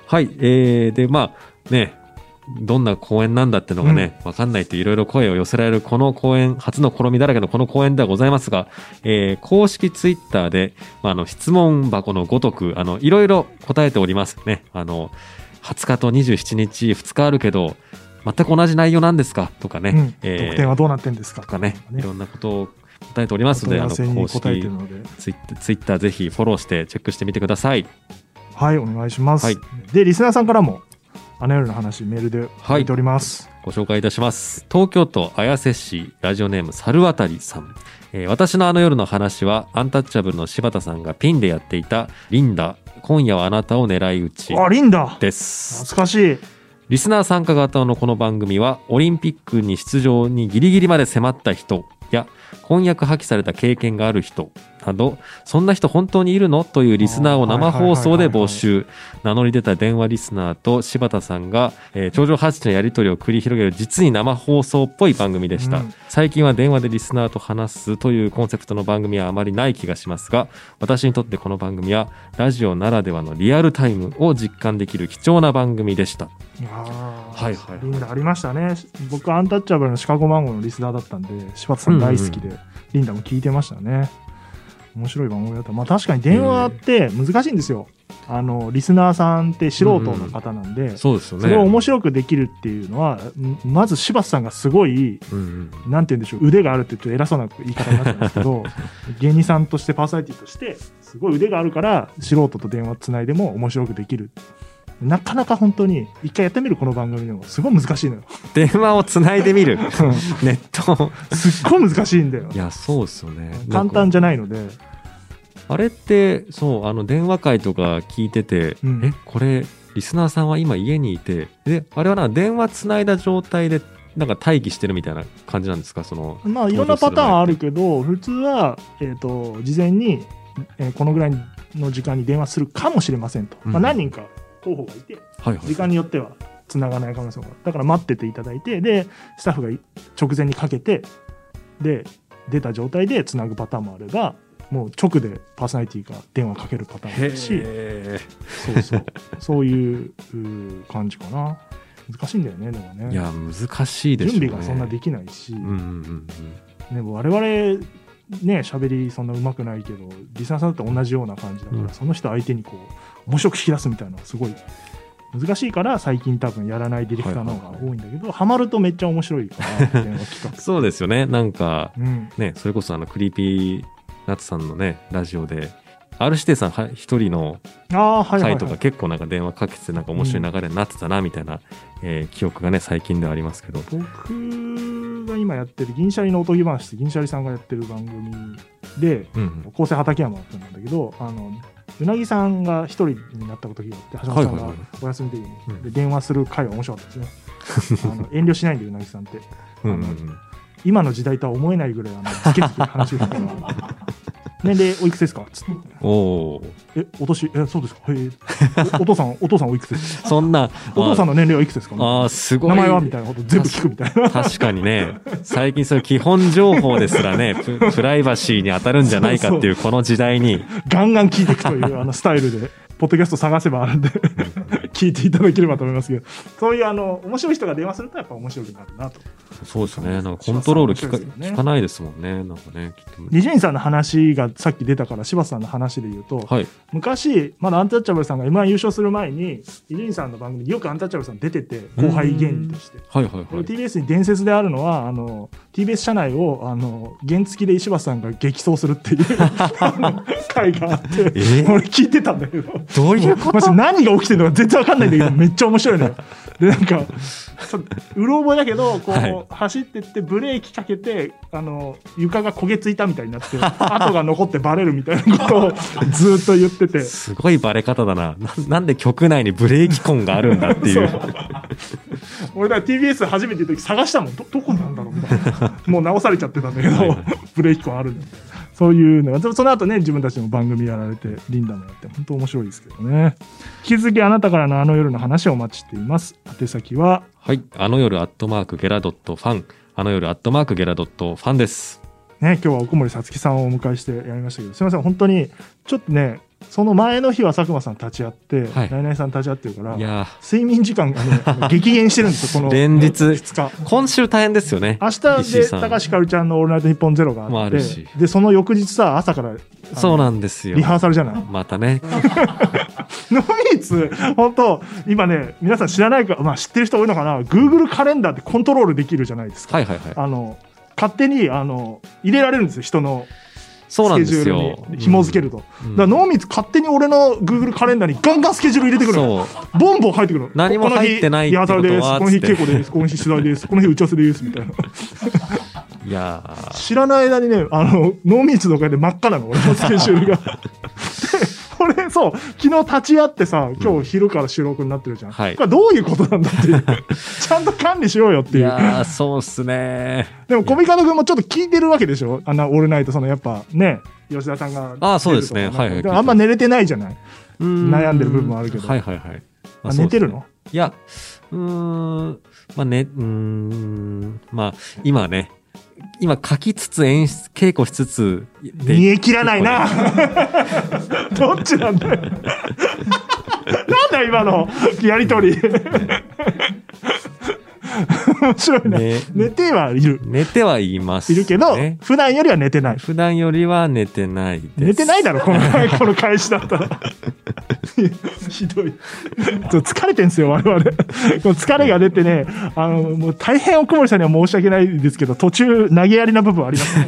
S3: はい、えー、で、まあ、ね、どんな公演なんだってのがね、わ、かんないっていろいろ声を寄せられるこの公演、初の試みだらけのこの公演ではございますが、えー公式ツイッターで、まあ、あの、質問箱のごとく、あの、いろいろ答えておりますね。あの、20日と27日、2日あるけど、全く同じ内容なんですかとかね、
S2: うん
S3: えー
S2: 得点はどうなってんですか
S3: とかね、いろ
S2: お
S3: んなことを答えておりますの
S2: 問
S3: で、
S2: い合
S3: あ
S2: わ
S3: の、
S2: せに
S3: 公
S2: 答えて
S3: 式
S2: るので
S3: ツイッツイッターぜひフォローしてチェックしてみてください。
S2: はいお願いします、
S3: はい
S2: でリスナーさんからもあの夜の話メールで書いております、
S3: ご紹介いたします。東京都綾瀬市、ラジオネーム猿渡さん。えー私のあの夜の話は、アンタッチャブルの柴田さんがピンでやっていた、リンダ、今夜はあなたを狙い撃ち。
S2: あ、リンダ
S3: です。
S2: 懐かしい。
S3: リスナー参加型のこの番組はオリンピックに出場にギリギリまで迫った人や婚約破棄された経験がある人などそんな人本当にいるのというリスナーを生放送で募集名乗り出た電話リスナーと柴田さんが、えー頂上発地のやり取りを繰り広げる実に生放送っぽい番組でした、
S2: うん
S3: 最近は電話でリスナーと話すというコンセプトの番組はあまりない気がしますが私にとってこの番組はラジオならではのリアルタイムを実感できる貴重な番組でした
S2: いやー
S3: はいはい
S2: リンダありましたね。僕、アンタッチャブルのシカゴマンゴーのリスナーだったんで、柴田さん大好きで、リンダも聞いてましたね。面白い番組だった。まあ確かに電話って難しいんですよ。あの、リスナーさんって素人の方なんで、
S3: そうですよね
S2: それを面白くできるっていうのは、んまず柴田さんがすごい、
S3: うんうん
S2: なんて言うんでしょう、腕があるって言って偉そうな言い方になっちゃうんですけ ど、芸人さんとしてパーソナリティとして、すごい腕があるから、素人と電話つないでも面白くできる。なかなか本当に、一回やってみるこの番組でも、すごい難しいのよ。
S3: 電話をつないでみるネット
S2: すっごい難しいんだよ
S3: い。やそうですよねな
S2: 簡
S3: ん
S2: 単
S3: か
S2: じゃないので、
S3: あれってそうあの電話会とか聞いてて、
S2: うん
S3: えこれリスナーさんは今家にいてであれはな電話つないだ状態でなんか待機してるみたいな感じなんですかその
S2: まあいろんなパターンあるけど、普通は、えっ、と、事前に、えーこのぐらいの時間に電話するかもしれませんと。ま
S3: う
S2: あ
S3: ん
S2: 何人か候補がいて、
S3: はいはい
S2: 時間によっては繋がない可能性もあるだから待ってていただいてでスタッフが直前にかけてで出た状態で繋ぐパターンもあればもう直でパーソナリティが電話かけるパターンもあるし
S3: へ
S2: そうそうそういううー感じかな難しいんだよねでも
S3: ー
S2: ね
S3: いや難しいで
S2: 準
S3: しょうね
S2: 備がそんなできないし、
S3: うんうんうん
S2: ね、我々ね喋りそんな上手くないけどリスナーさんだって同じような感じだから、
S3: うん
S2: その人相手にこう面白く引き出すみたいなのはすごい難しいから最近多分やらないディレクターの方が多いんだけど、ハマるとめっちゃ面白いから電話
S3: うん
S2: 企
S3: そうですよねなんか
S2: 画、うん、
S3: ね、それこそあのクリーピーナッツさんのねラジオで R 指定さんは一人の
S2: ああはいはい、
S3: 回と
S2: は
S3: か
S2: い、
S3: 結構なんか電話かけてなんか面白い流れになってたなみたいな、えー記憶がね最近ではありますけど
S2: 僕が今やってる銀シャリのおとぎ話って銀シャリさんがやってる番組で
S3: うんうん
S2: 構成畠山君なんだけどあのうなぎさんが一人になった時があって橋本さ
S3: は
S2: ん
S3: い
S2: が
S3: はいはい
S2: お休みの時に、
S3: うん
S2: で電話する回は面白かったですねあの遠慮しないんでうなぎさんって
S3: うんうんうん
S2: 今の時代とは思えないぐらいあのつけつけ話をしたから 年齢おいくつですかつって
S3: おおー
S2: えお年えそうですかへえおお父さんお父さんおいくつですか
S3: そんな
S2: お父さん
S3: の
S2: の年齢はいくつですか
S3: あーすごい
S2: 名前はみたいなこと全部聞くみたいな
S3: 確かにね最近そういう基本情報ですらねププライバシーに当たるんじゃないかっていうこの時代に
S2: ガンガン聞いていくというあのスタイル でポッドキャスト探せばあるんで聞いていただければと思いますけどそういうあの面白い人が電話するとやっぱ面白くなるなと
S3: そうですねなんかコントロール聞か,、
S2: そうですよね
S3: 聞かないですもんねなんかねきっと
S2: 伊集院さんの話がさっき出たから柴田さんの話で言うと、
S3: はい
S2: 昔まだアンタッチャブルさんが m 1優勝する前に伊集院さんの番組によくアンタッチャブルさん出てて後輩芸人として。
S3: はいはい
S2: こ
S3: は
S2: れ
S3: い
S2: TBS に伝説であるのはあの TBS 社内をあの原付きで石橋さんが激走する っていうあの回があって
S3: えー
S2: 俺聞いてたんだけど
S3: どう いう
S2: マジ何が起きてるのか全然わかんないんだけど、めっちゃ面白 いのよ。で、なんか、そううろ覚えだけど、こう、
S3: はい
S2: 走ってって、ブレーキかけて、あの、床が焦げついたみたいになって、 跡が残ってバレるみたいな ことをずーっと言ってて。
S3: すごいバレ方だなな。なんで局内にブレーキ痕があるんだっていう。
S2: そう俺だから TBS 初めて行った時探したもんどどこなんだろうみたい なもう直されちゃってたんだけど
S3: はいはい
S2: ブレーキ痕あるんだそういうのがそその後ね自分たちも番組やられてリンダもやって本当面白いですけどね引き続きあなたからのあの夜の話をお待ちしています宛先は
S3: はい。あの夜アットマークゲラドットファン。あの夜アットマークゲラドットファンです。
S2: ね、今日は奥森さつきさんをお迎えしてやりましたけどすみません本当にちょっとねその前の日は佐久間さん立ち会って、
S3: はい
S2: ナイナイさん立ち会ってるから
S3: いや
S2: 睡眠時間が、ね、あの 激減してるんですよこ
S3: ー、
S2: の
S3: 連日、
S2: 2日。
S3: 今週大変ですよね。
S2: 明日
S3: 石井
S2: で
S3: さん
S2: 高橋ひかるちゃんの「オールナイトニッポンゼロが
S3: も
S2: あ
S3: あ
S2: っ
S3: る
S2: て
S3: し
S2: でその翌日さ朝からあの
S3: そうなんですよ
S2: リ。ハーサルじゃない
S3: またね。
S2: ノイズ本当今ね皆さん知らないか、まあ、知ってる人多いのかな Google カレンダーってコントロールできるじゃないですか
S3: はいはいはい。
S2: あの勝手にあの入れられるんですよ人の
S3: そうなん
S2: ケ
S3: で
S2: ジュー
S3: すよ
S2: ルに紐付けると。
S3: うん
S2: だから能密勝手に俺の Google カレンダーにガンガンスケジュール入れてくるの
S3: そう
S2: ボンボン入ってくるの
S3: 何も入ってないってこ
S2: こ
S3: と
S2: の
S3: は
S2: 日八幡ですこの日
S3: つって
S2: 稽古ですこの日取材ですこの日打ち合わせですみ たいな
S3: いやー
S2: 知らない間にねあの能密の会で真っ赤なの俺のスケジュール がで俺そう昨日立ち会ってさ今日昼から収録になってるじゃん、
S3: はい
S2: これどういうことなん だっていうちゃんと管理しようよって
S3: い
S2: いう
S3: やーそうっすね
S2: でも、コミカド君もちょっと聞いてるわけでしょあんなオールナイト、そのやっぱね、吉田さんが。
S3: あそうですね
S2: 出るとか
S3: はいはい
S2: でもあんま寝れてないじゃない。
S3: 悩
S2: 悩んでる部分もあるけど
S3: はいはいはい
S2: あ寝てる
S3: そうです
S2: の
S3: ねいやうーんまあねうーんまあ今ね今書きつつ演出稽古しつつ
S2: 煮
S3: で
S2: え切らないな。 どっちなんだよ。なんだ今のやりとり。面白いな。
S3: ね
S2: 寝てはいる。
S3: 寝てはいます、
S2: い
S3: ね、
S2: るけど、普段よりは寝てない。
S3: 普段よりは寝てないです
S2: 寝て ないだろ、このこの返しだったら。ひどい。そう疲れてんすよ、我々。この疲れが出てね、あの、もう大変奥森さんには申し訳ないですけど、途中投げやりな部分ありますね。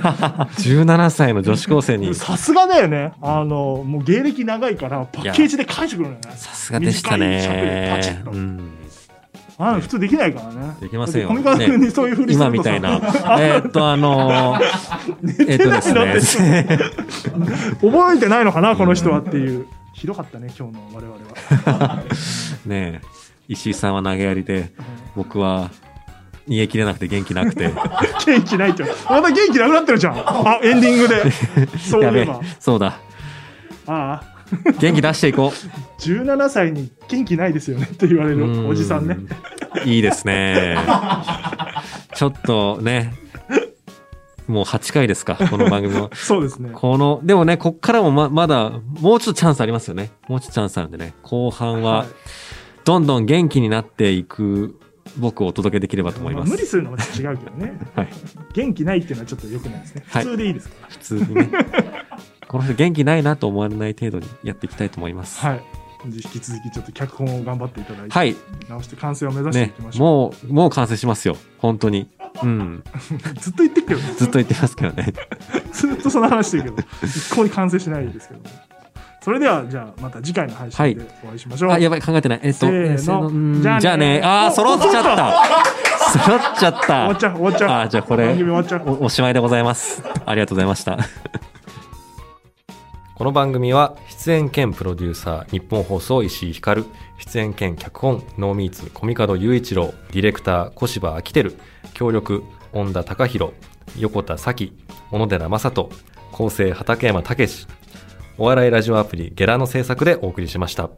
S3: 17歳の女子高生にさ
S2: さすがだよね。あの、もう芸歴長いから、パッケージで返してくるのよね。
S3: すがでした
S2: 短い尺で
S3: ね
S2: パチッ、と
S3: うん、
S2: あの普通できないからね。
S3: できませんよ
S2: だって小見川君にそういうふうにする
S3: 今
S2: とさ
S3: みた いなえーっとあのー、え
S2: てないの
S3: ーっとですね
S2: 覚えてないのかな、この人はっていう。ひどかったね、今日の我々は。
S3: ねえ石井さんは投げやりで僕は煮え切れなくて元気なくて
S2: 元気ないって。また元気なくなってるじゃん。あ、エンディン グで。 そう
S3: や
S2: い
S3: べ
S2: え
S3: え
S2: ば。
S3: そうだ
S2: ああ。
S3: 元気出していこ
S2: 17歳に元気ないですよねって言われ
S3: うう
S2: る おじさんね。
S3: いいです ねちょっとねもう8回ですかこの番組も
S2: そうですね。
S3: このでもねこっからもままだもうちょっとチャンスありますよねもうちょっとチャンスあるんでね後半はどんどん元気になっていく僕をお届けできればと思い
S2: まあ
S3: ます、
S2: 無理するのは違うけどね。
S3: はい、
S2: 元気ないっていうのはちょっと良くないですね。
S3: はい
S2: 普通でいいですから。
S3: 普通に ねこの人元気ないなと思われない程度にやっていきたいと思います
S2: はい。引き続きちょっと脚本を頑張っていただいて、
S3: はい
S2: 直して完成を目指してい
S3: ね
S2: きましょ
S3: もうもう完成しますよ本当にうん
S2: う。ずっと言ってるけどね、
S3: ずっと言ってますけど ね
S2: ずっとその話してるけど、一向に完成しないですけど、ね、それでは、じゃあまた次回の配信でお会いしましょう。
S3: あやばい考えてないえっと
S2: せーの
S3: えうん
S2: じゃあね
S3: じゃあね あー揃っちゃった揃っちゃっ
S2: 終わったちゃう、終わっちゃう。
S3: あーじゃあこれ
S2: 番組終わっちゃう。
S3: おおしまいでございますありがとうございました
S1: この番組は出演兼プロデューサー日本放送石井光出演兼脚本ノーミーツコミカド雄一郎ディレクター小芝昭輝協力恩田隆弘横田咲小野寺正人構成畠山武史お笑いラジオアプリゲラの制作でお送りしました。